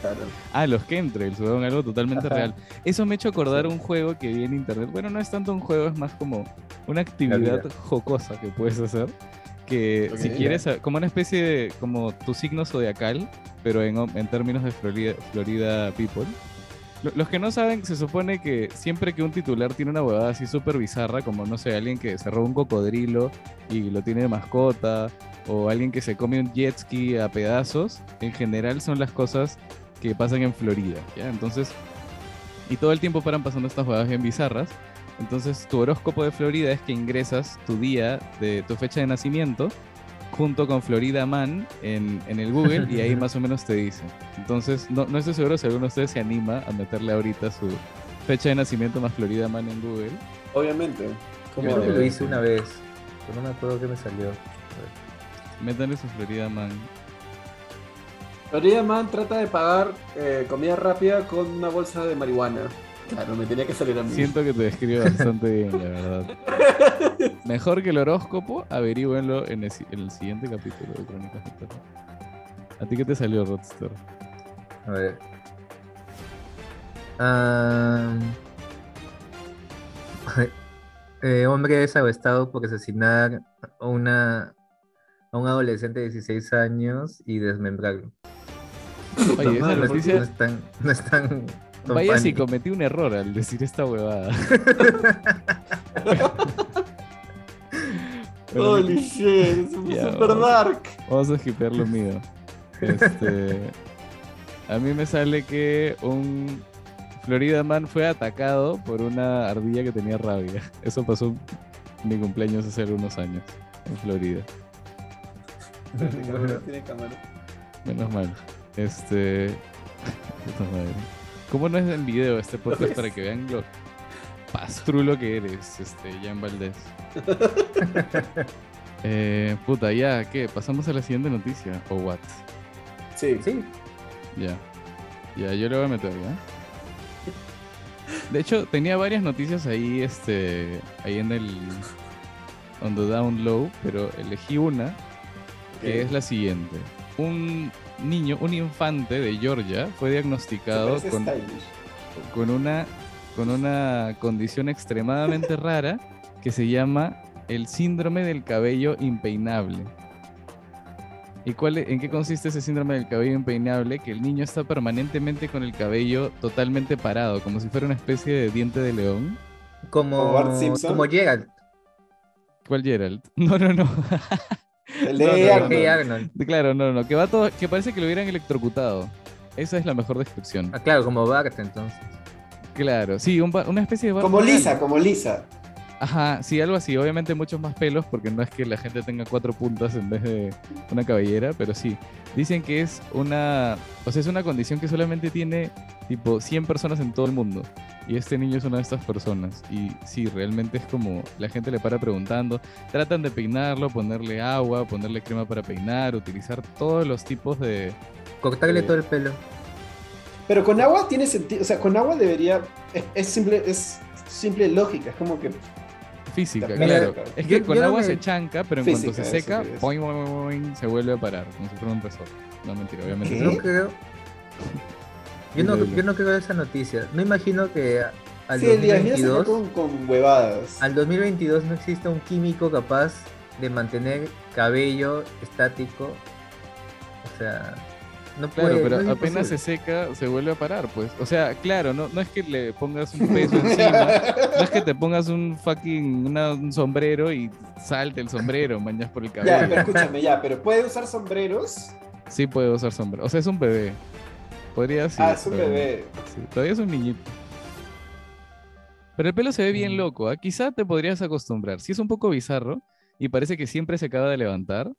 Claro.
Ah, los chemtrails, weón, algo totalmente
Ajá.
real. Eso me ha hecho acordar un juego que vi en internet. Bueno, no es tanto un juego, es más como una actividad jocosa que puedes hacer. Que si
Ok.
quieres, como una especie de, como tu signo zodiacal, pero en, en términos de Florida, Florida People. Lo- Los que no saben, se supone que siempre que un titular tiene una huevada así súper bizarra, como no sé, alguien que se roba un cocodrilo y lo tiene de mascota, o alguien que se come un jet ski a pedazos, en general son las cosas que pasan en Florida, ¿ya? Entonces, y todo el tiempo paran pasando estas huevadas bien bizarras. Entonces, tu horóscopo de Florida es que ingresas tu día de tu fecha de nacimiento junto con Florida Man en, en el Google y ahí más o menos te dice. Entonces, no, no estoy seguro si alguno de ustedes se anima a meterle ahorita su fecha de nacimiento más Florida Man en Google.
Obviamente.
Yo
¿Cómo
Claro.
creo que
no?
lo hice una vez, pero no me acuerdo qué me salió.
Métanle su Florida Man.
Florida Man trata de pagar eh, comida rápida con una bolsa de marihuana. Claro, me tenía que salir a mí.
Siento que te describe bastante bien, la verdad. Mejor que el horóscopo, averígüenlo en el, si- en el siguiente capítulo de Crónicas de Terror. ¿A ti qué te salió, Rodster?
A ver. Ah, <laughs> eh, hombre es arrestado por asesinar a, una, a un adolescente de 16 años y desmembrarlo.
Oye, esa
no, no
noticia.
es tan- no es tan- tan
Vaya si
pánico.
cometí un error al decir esta huevada. Bueno,
Holy shit, es
Ya,
super
vamos.
dark.
Vamos a skipear lo mío. Este, a mí me sale que un Florida Man fue atacado por una ardilla que tenía rabia. Eso pasó en mi cumpleaños hace algunos años en Florida.
<laughs> Tiene cámara, tiene cámara.
Menos mal. Este. <laughs> puta madre. ¿Cómo no es en video este podcast
ves?
para que vean lo pastrulo que eres, este, Jan Valdés? Eh, puta, ya, ¿qué? ¿Pasamos a la siguiente noticia? ¿O what?
Sí.
Sí,
Ya. Ya, yo le voy a meter, ¿ya? De hecho, tenía varias noticias ahí, este, ahí en el. On the down low, pero elegí una que es la siguiente. Un niño, un infante de Georgia fue diagnosticado
Parece
con,
stylish.
con una, con una condición extremadamente rara que se llama el síndrome del cabello impeinable. ¿Y cuál, e- en qué consiste ese síndrome del cabello impeinable? Que el niño está permanentemente con el cabello totalmente parado, como si fuera una especie de diente de león.
<laughs> Como,
¿O Bart Simpson?
como Gerald.
¿Cuál Gerald? <laughs> No, no, no.
El
No,
de
no,
Arnold.
Hey, Arnold.
claro, no, no. Que va todo, que parece que lo hubieran electrocutado. Esa es la mejor descripción.
Ah, claro, como Bart entonces.
Claro, sí, un ba- una especie de barba
Como
blanca.
Lisa, como Lisa.
Ajá, sí, algo así. Obviamente muchos más pelos, porque no es que la gente tenga cuatro puntas en vez de una cabellera, pero sí. Dicen que es una, o sea, es una condición que solamente tiene tipo 100 personas en todo el mundo. Y este niño es una de estas personas. Y sí, realmente es como la gente le para preguntando, tratan de peinarlo, ponerle agua, ponerle crema para peinar, utilizar todos los tipos de...
Cortarle
Sí.
todo el pelo.
Pero con agua tiene sentido, o sea, con agua debería, es, es simple, es simple lógica, es como que
Física,
Mira,
claro.
claro.
Es que
Yo-
con
yo no
agua
me-
se chanca, pero en
Física,
cuanto se
eso
seca,
que es.
boing, boing, boing, boing, se vuelve a parar, como si fuera un resorte. No, mentira, obviamente.
¿Qué?
no.
No creo. Yo no,
Increíble.
yo no creo esa noticia. No imagino que a- al
sí, el día se
2022,
con, con huevadas. <laughs>
al 2022 no exista un químico capaz de mantener cabello estático. O sea, no puede.
Claro, pero
no es
apenas se
imposible.
seca, se vuelve a parar, pues. O sea, claro, no, no es que le pongas un peso encima, no es que te pongas un fucking una- un sombrero y salte el sombrero, mañas por el
ya, pero
cabello.
escúchame, ya, pero puede usar sombreros.
Sí puede usar sombrero. O sea, es un bebé. Podría ser.
ah, es un
pero-
bebé.
sí, todavía es un niñito. Pero el pelo se ve bien
Mm.
loco, ¿ah? Quizá te podrías acostumbrar. Sí es un poco bizarro y parece que siempre se acaba de levantar,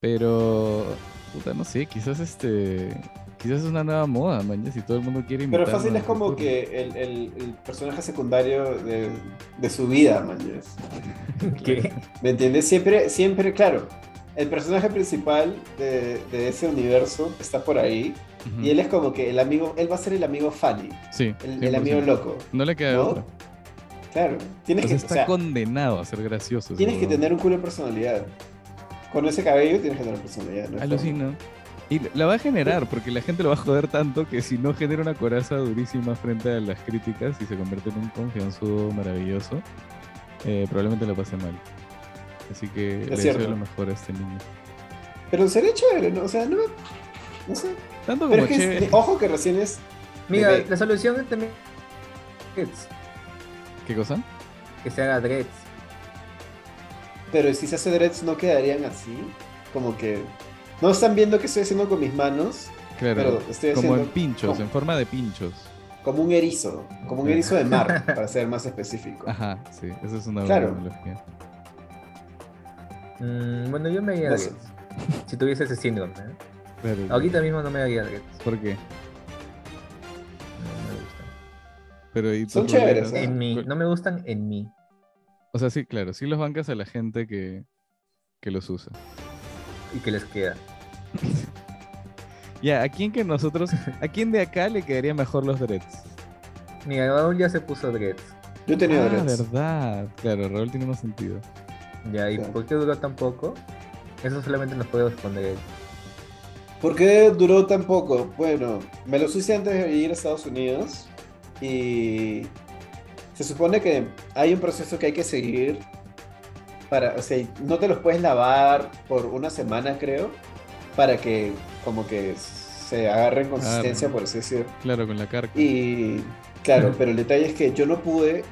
pero... Puta, no sé, quizás este... Quizás es una nueva moda, mañana, si todo el mundo quiere imitar.
Pero fácil es como que el, el- el personaje secundario de, de su vida, man. yes.
¿Qué?
¿Me entiendes? Siempre, siempre, claro. El personaje principal de, de ese universo está por ahí. Y él es como que el amigo, él va a ser el amigo Fanny,
Sí,
el, el amigo
100%.
loco.
No le queda
¿no?
otra.
Claro. Tienes
O sea,
que,
está
o sea,
condenado a ser gracioso. ese
tienes que
huevón.
tener un culo de personalidad. Con ese cabello tienes que tener personalidad. ¿no?
Alucina. Y la- la va a generar, porque la gente lo va a joder tanto que si no genera una coraza durísima frente a las críticas y se convierte en un confianzudo maravilloso, eh, probablemente lo pase mal. Así que le deseo
cierto.
lo mejor a este niño.
Pero sería chévere, ¿no? O sea, no. No sé.
Tanto
Pero
como
es que,
chévere.
es- ojo que recién es.
Mira,
Bebé.
la solución es también dreads,
¿Qué cosa?
que se haga dreads.
Pero si se hace dreads, no quedarían así. Como que. No están viendo qué estoy haciendo con mis manos,
Claro.
pero estoy
como
haciendo
en pinchos,
como-
en forma de pinchos.
como un erizo. Como un
Ok.
erizo de
<laughs>
mar, para ser más específico.
Ajá, sí, esa es una
Claro.
buena analogía.
Mm, bueno, yo me haría
No sé.
dreads. Si tuviese ese síndrome. ¿eh?
Claro.
Ahorita mismo no me haría dreads.
¿Por qué?
No me gustan.
Pero, ¿y tus
Son chéveres,
ruleros?
¿eh?
En mí. No me gustan en mí.
O sea, sí, claro, sí los bancas a la gente que, que los usa.
¿Y que les queda?
Ya, ¿a quién que nosotros, a quién de acá le quedaría mejor los dreads?
Mira, Raúl ya se puso dreads.
Yo he tenido
Ah,
dreads.
verdad. Claro, Raúl tiene más sentido.
Ya, ¿y
Claro.
por qué duró tan poco? Eso solamente nos puede responder él.
¿Por qué duró tan poco? Bueno, me los hice antes de ir a Estados Unidos y se supone que hay un proceso que hay que seguir para, o sea, no te los puedes lavar por una semana, creo, para que como que se agarren consistencia,
Agarren.
por así decirlo.
Claro, con la carca.
Y claro, pero el detalle es que yo no pude,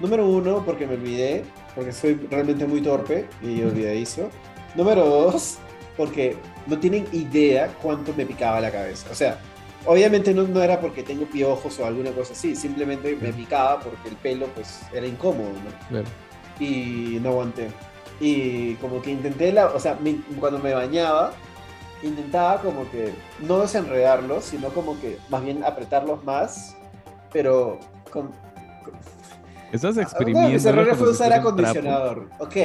número uno, porque me olvidé, porque soy realmente muy torpe y olvidadizo. Número dos, porque no tienen idea cuánto me picaba la cabeza. O sea, obviamente no, no era porque tengo piojos o alguna cosa así, simplemente me picaba porque el pelo pues era incómodo, ¿no?
Claro.
Y no aguanté. Y como que intenté, la, o sea, mi- cuando me bañaba, intentaba como que no desenredarlos, sino como que más bien apretarlos más, pero con... Ah,
Estás
Uno de mis
exprimiendo.
errores fue usar acondicionador. Ok,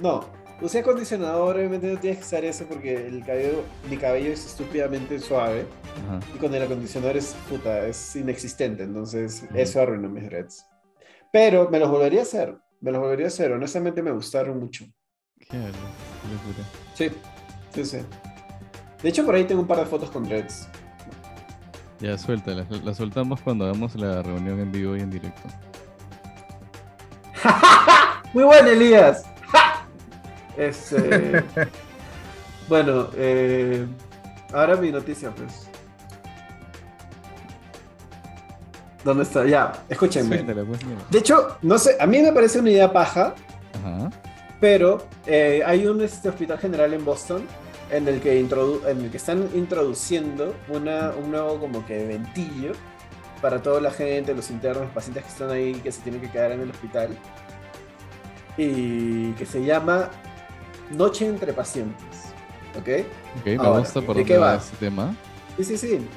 no. Usé acondicionador, obviamente no tienes que usar eso porque el cabello, mi cabello es estúpidamente suave y con el acondicionador es puta, es inexistente, entonces eso arruinó mis dreads. Pero me los volvería a hacer, me los volvería a hacer, honestamente me gustaron mucho.
Claro, qué locura.
Sí, sí, sí. De hecho por ahí tengo un par de fotos con dreads.
Ya, suéltala. La, la soltamos cuando hagamos la reunión en vivo y en directo.
Muy bueno, Elías. Este, <laughs> bueno, eh, ahora mi noticia, pues. ¿Dónde está? Ya, escúchenme.
Suéltala, pues, mira.
De hecho, no sé, a mí me parece una idea paja,
Ajá.
pero eh, hay un este, hospital general en Boston en el que, introdu- en el que están introduciendo una, un nuevo como que ventillo para toda la gente, los internos, los pacientes que están ahí, que se tienen que quedar en el hospital, y que se llama Noche entre Pacientes, ¿ok?
Ok, me
Ahora,
gusta por
¿de
dónde
qué
va
va?
este tema.
Sí, sí, sí.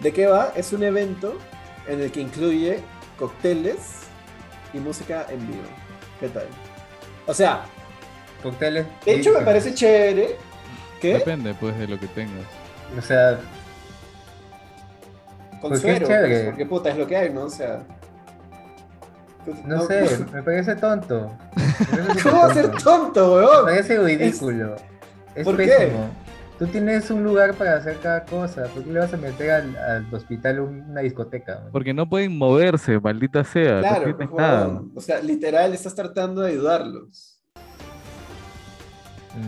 ¿De qué va? Es un evento en el que incluye cócteles y música en vivo. ¿Qué tal? O sea,
Cócteles.
de hecho me
sí,
parece chévere que
Depende, pues, de lo que tengas.
O sea,
con
Pues qué
suero,
chévere.
pues, porque puta es lo que hay, ¿no? O sea, pues,
no sé, me
<laughs>
parece tonto. Me parece súper
¿Cómo va a ser tonto,
Me
weón?
parece ridículo. Es
¿Por qué?
pésimo. Tú tienes un lugar para hacer cada cosa. ¿Por qué le vas a meter al, al hospital un- una discoteca? man?
Porque no pueden moverse, maldita sea.
Claro,
no
pues,
tienes nada.
weón. O sea, literal estás tratando de ayudarlos.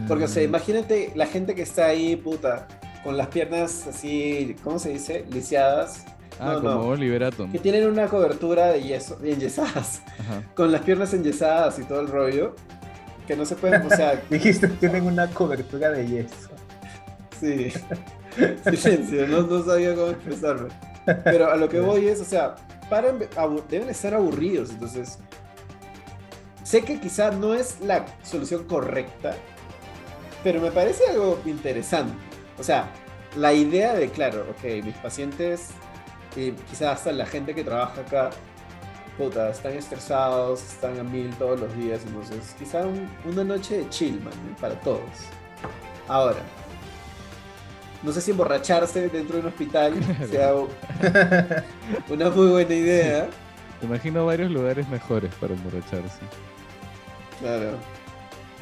Porque, o sea,
Mm.
imagínate la gente que está ahí, puta, con las piernas así, ¿cómo se dice? Lisiadas.
Ah,
No,
como
no.
Oliver Atom.
que tienen una cobertura de yeso, de enyesadas, <laughs>
Ajá.
con las piernas enyesadas y todo el rollo, que no se pueden, o
<laughs>
sea,
Dijiste, tienen una cobertura de yeso.
sí, <laughs> silencio, no, no sabía cómo expresarme. Pero a lo que voy es, o sea, paran, abu- deben estar aburridos, entonces, sé que quizá no es la solución correcta, pero me parece algo interesante. O sea, la idea de, claro, ok, mis pacientes y quizás hasta la gente que trabaja acá, puta, están estresados, están a mil todos los días, entonces quizá un- una noche de chill, man, ¿eh? para todos. Ahora, no sé si emborracharse dentro de un hospital sea u- <laughs> una muy buena idea.
Te imagino varios lugares mejores para emborracharse.
Claro.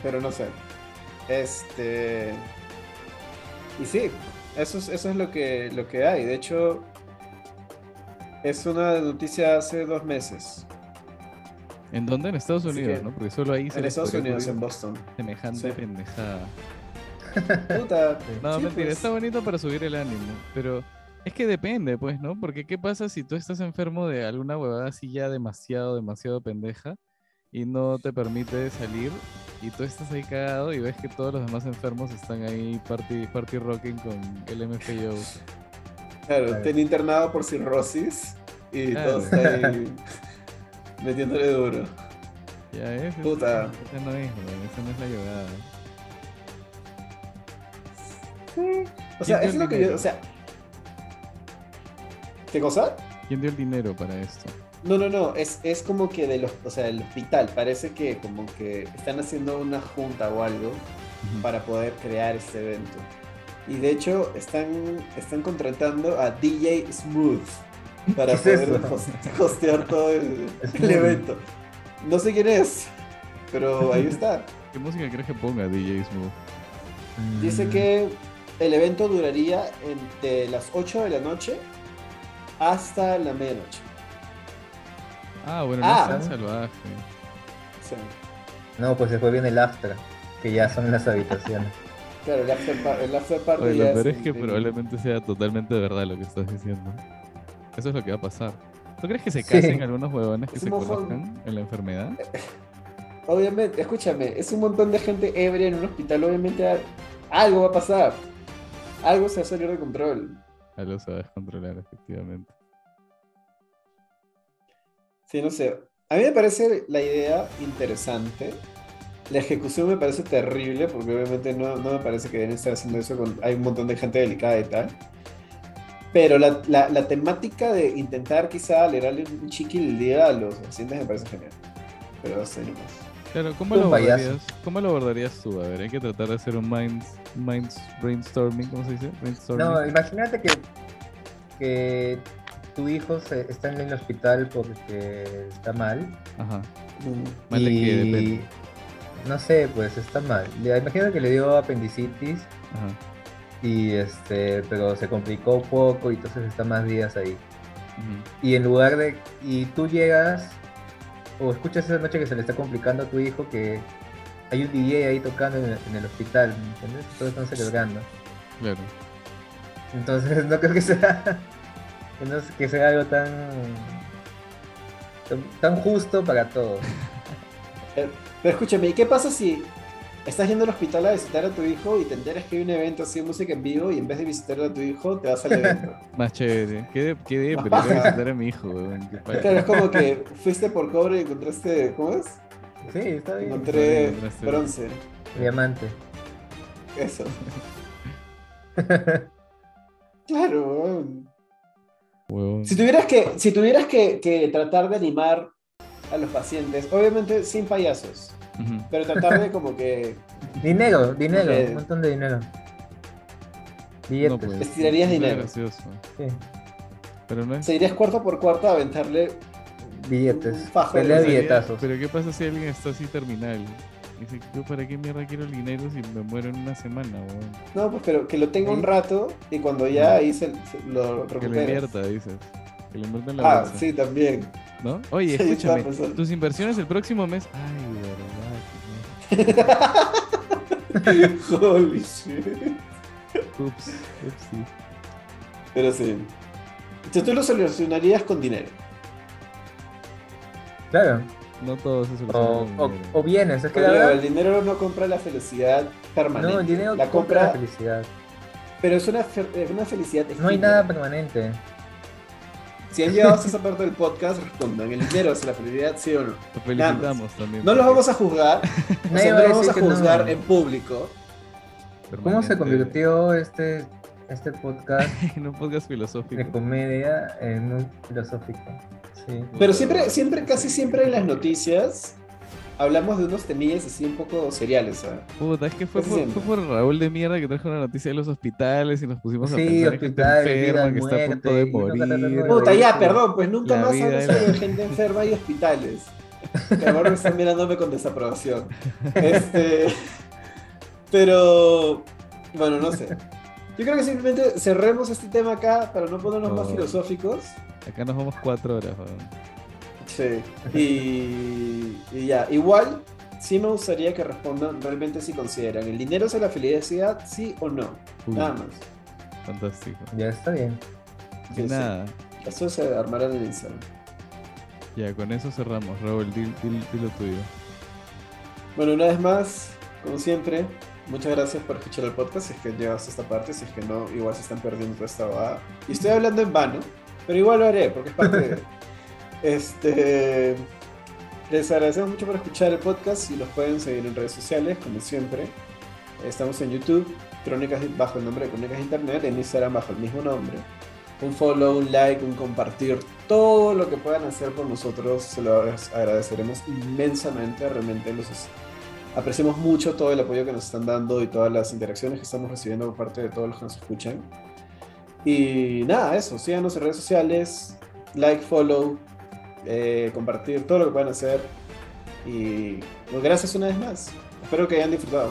Pero no sé. Este. Y sí, eso es, eso es lo que, lo que hay. De hecho, es una noticia hace dos meses.
¿En dónde? En Estados
Así
Unidos,
que,
¿no? Porque solo ahí se
En
les
Estados
podría
Unidos, en
ocurrir
Boston.
semejante
Sí.
pendejada.
Puta.
<laughs> No,
sí,
mentira,
pues.
está bonito para subir el ánimo, pero es que depende, pues, ¿no? Porque ¿qué pasa si tú estás enfermo de alguna huevada así ya demasiado, demasiado pendeja y no te permite salir y tú estás ahí cagado y ves que todos los demás enfermos están ahí party, party rocking con el MFAO?
Claro,
Claro.
ten internado por cirrosis y
Claro.
todo está ahí metiéndole duro.
Ya es, esa-
Puta.
esa no es, güey, esa no es la llevada.
O
¿Quién dio
sea, es
el
lo que yo.
dinero?
O sea. ¿Qué cosa?
¿Quién dio el dinero para esto?
No, no, no, es, es como que del, hos- o sea, del hospital, parece que como que están haciendo una junta o algo para poder crear este evento. Y de hecho están, están contratando a DJ Smooth
<laughs>
para
¿Qué es
poder
eso?
host- hostear todo el, el
Smooth.
evento. No sé quién es, pero ahí
<laughs>
está.
¿Qué música crees que ponga DJ Smooth? Mm.
Mm.
Dice que el evento duraría entre las 8 de la noche hasta la medianoche.
Ah, bueno, no
Ah.
es tan salvaje.
O sea,
No, pues después viene el after, que ya son las habitaciones.
claro, el after, par- el after party
Oye,
ya
lo peor
es
es que
en- en-
probablemente sea totalmente verdad lo que estás diciendo. Eso es lo que va a pasar. ¿Tú crees que se
Sí.
casen algunos huevones que
Es
se
un mojón.
conozcan en la enfermedad?
Obviamente, escúchame, es un montón de gente ebria en un hospital, obviamente a- algo va a pasar. Algo se va a salir de control.
Algo se va a descontrolar, efectivamente.
Sí, no sé. A mí me parece la idea interesante. La ejecución me parece terrible, porque obviamente no, no me parece que deben estar haciendo eso. Con, hay un montón de gente delicada y tal. Pero la, la- la temática de intentar quizá alegrarle un chiqui el día a los pacientes me parece genial. Pero no sé, no más.
Claro, ¿cómo
Un
lo,
payaso.
abordarías, ¿cómo lo abordarías tú? A ver, hay que tratar de hacer un mind, mind brainstorming, ¿cómo se dice? Brainstorming.
eh.
No, imagínate que, que tu hijo se- está en el hospital porque está mal.
Ajá.
Mm.
Mal de que
y
depende.
no sé, pues está mal. Le- Imagínate que le dio apendicitis
Ajá.
y este, pero se complicó un poco y entonces está más días ahí.
ujú.
Y en lugar de. Y tú llegas o escuchas esa noche que se le está complicando a tu hijo que hay un DJ ahí tocando en el, en el hospital, ¿me ¿entiendes? Todos están celebrando.
Claro.
Entonces <laughs> no creo que sea, que no- que sea algo tan, tan, tan justo para todos.
Eh, Pero escúchame, ¿y qué pasa si estás yendo al hospital a visitar a tu hijo y te enteras que hay un evento así de música en vivo y en vez de visitar a tu hijo, te vas
<laughs>
al evento?
Más chévere. Qué de,
<laughs>
qué de,
Más
pero
paja.
voy a visitar a mi hijo, weón. Qué paja.
claro, es como que fuiste por cobre y encontraste, ¿cómo es?
Sí, está
Cobre,
bien.
Encontré
encontraste-
bronce.
Diamante.
<laughs>
Eso. claro, weón.
Huevón.
Si tuvieras que, si tuvieras que, que tratar de animar a los pacientes, obviamente sin payasos,
Ujú.
pero tratar de
<laughs>
como que
Dinero, dinero,
Ok.
un montón de dinero. Billetes.
No, pues,
Les tirarías
no es
dinero.
gracioso.
sí,
Pero no es.
se irías cuarto por cuarto a aventarle
Billetes.
Fajo de
Pelea de
lotería,
billetazos.
Pero ¿qué pasa si alguien está así terminal? Dice, ¿yo para qué mierda quiero el dinero si me muero en una semana, weón?
No, pues pero que lo tenga un
Sí.
rato y cuando ya ahí se, se- lo
Que lo
recuperes.
invierta, dices. Que lo invierta en la
Ah,
bolsa,
sí, también.
¿No? Oye,
Sí, estaba
escúchame.
pensando.
Tus inversiones el próximo mes. Ay, de verdad. que
<laughs> Holy shit.
no. Ups, ups, sí.
Pero sí. Entonces tú lo solucionarías con dinero.
Claro.
Pues, No todo se soluciona.
O,
con
o,
dinero.
o bienes, es que la
Pero el
verdad.
dinero no compra la felicidad permanente.
No, el dinero
la compra,
la felicidad.
pero es una, fe- es una felicidad.
No hay
efímera.
nada permanente.
Si han llegado hasta esa parte del podcast, respondan. El dinero es la felicidad, sí o no.
Te felicitamos también.
No los vamos a juzgar. o
Nadie
sea,
va
no los
a
vamos
decir
a
que no.
juzgar en público.
¿Cómo se convirtió este, este podcast
<laughs> en un podcast filosófico?
de comedia en muy filosófico? Sí.
Pero siempre, siempre, casi siempre en las noticias hablamos de unos temillas así un poco seriales, ¿ah? ¿sabes?
Puta, es que fue
Casi
por,
siempre.
fue por Raúl de mierda que trajo la noticia de los hospitales y nos pusimos a
Sí,
pensar en gente
hospitales,
enferma
vida,
que está a punto de
muerte, y no
morir.
tratar de-
Puta, ya, perdón, pues nunca
La
más
vida
hablo
era-
sobre <laughs> gente enferma y hospitales. Cabrón, me están mirándome con desaprobación. Este, pero, bueno, no sé. Yo creo que simplemente cerremos este tema acá para no ponernos más
Oh.
filosóficos.
Acá nos vamos cuatro horas, weón.
Sí. Y, y ya, igual sí me gustaría que respondan realmente si consideran el dinero es la felicidad, sí o no.
Uy,
Nada más.
fantástico.
Ya está bien.
Y
Ah. Sí, sí.
nada,
Eso se armará en el Instagram.
ya con eso cerramos. Raúl, dil, dil- dilo tuyo.
Bueno, una vez más, como siempre, muchas gracias por escuchar el podcast. Si es que llegas a esta parte, si es que no, igual se están perdiendo toda esta bajada. Y estoy hablando en vano, pero igual lo haré porque es parte de. Este. Les agradecemos mucho por escuchar el podcast y los pueden seguir en redes sociales, como siempre. Estamos en YouTube, Crónicas bajo el nombre de Crónicas de Internet, en Instagram bajo el mismo nombre. Un follow, un like, un compartir, todo lo que puedan hacer por nosotros, se lo agradeceremos inmensamente, realmente los apreciamos mucho todo el apoyo que nos están dando y todas las interacciones que estamos recibiendo por parte de todos los que nos escuchan. Y nada, eso, síganos en redes sociales, like, follow, eh, compartir todo lo que puedan hacer. Y bueno, gracias una vez más. Espero que hayan disfrutado.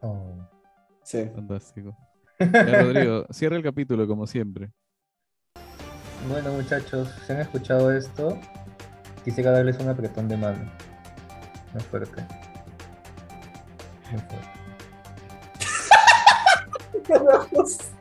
Oh.
Sí.
Fantástico. Ya, Rodrigo, cierra el capítulo como siempre.
Bueno, muchachos, si han escuchado esto, quisiera darles un apretón de mano. Muy fuerte. Muy fuerte.
Carajos.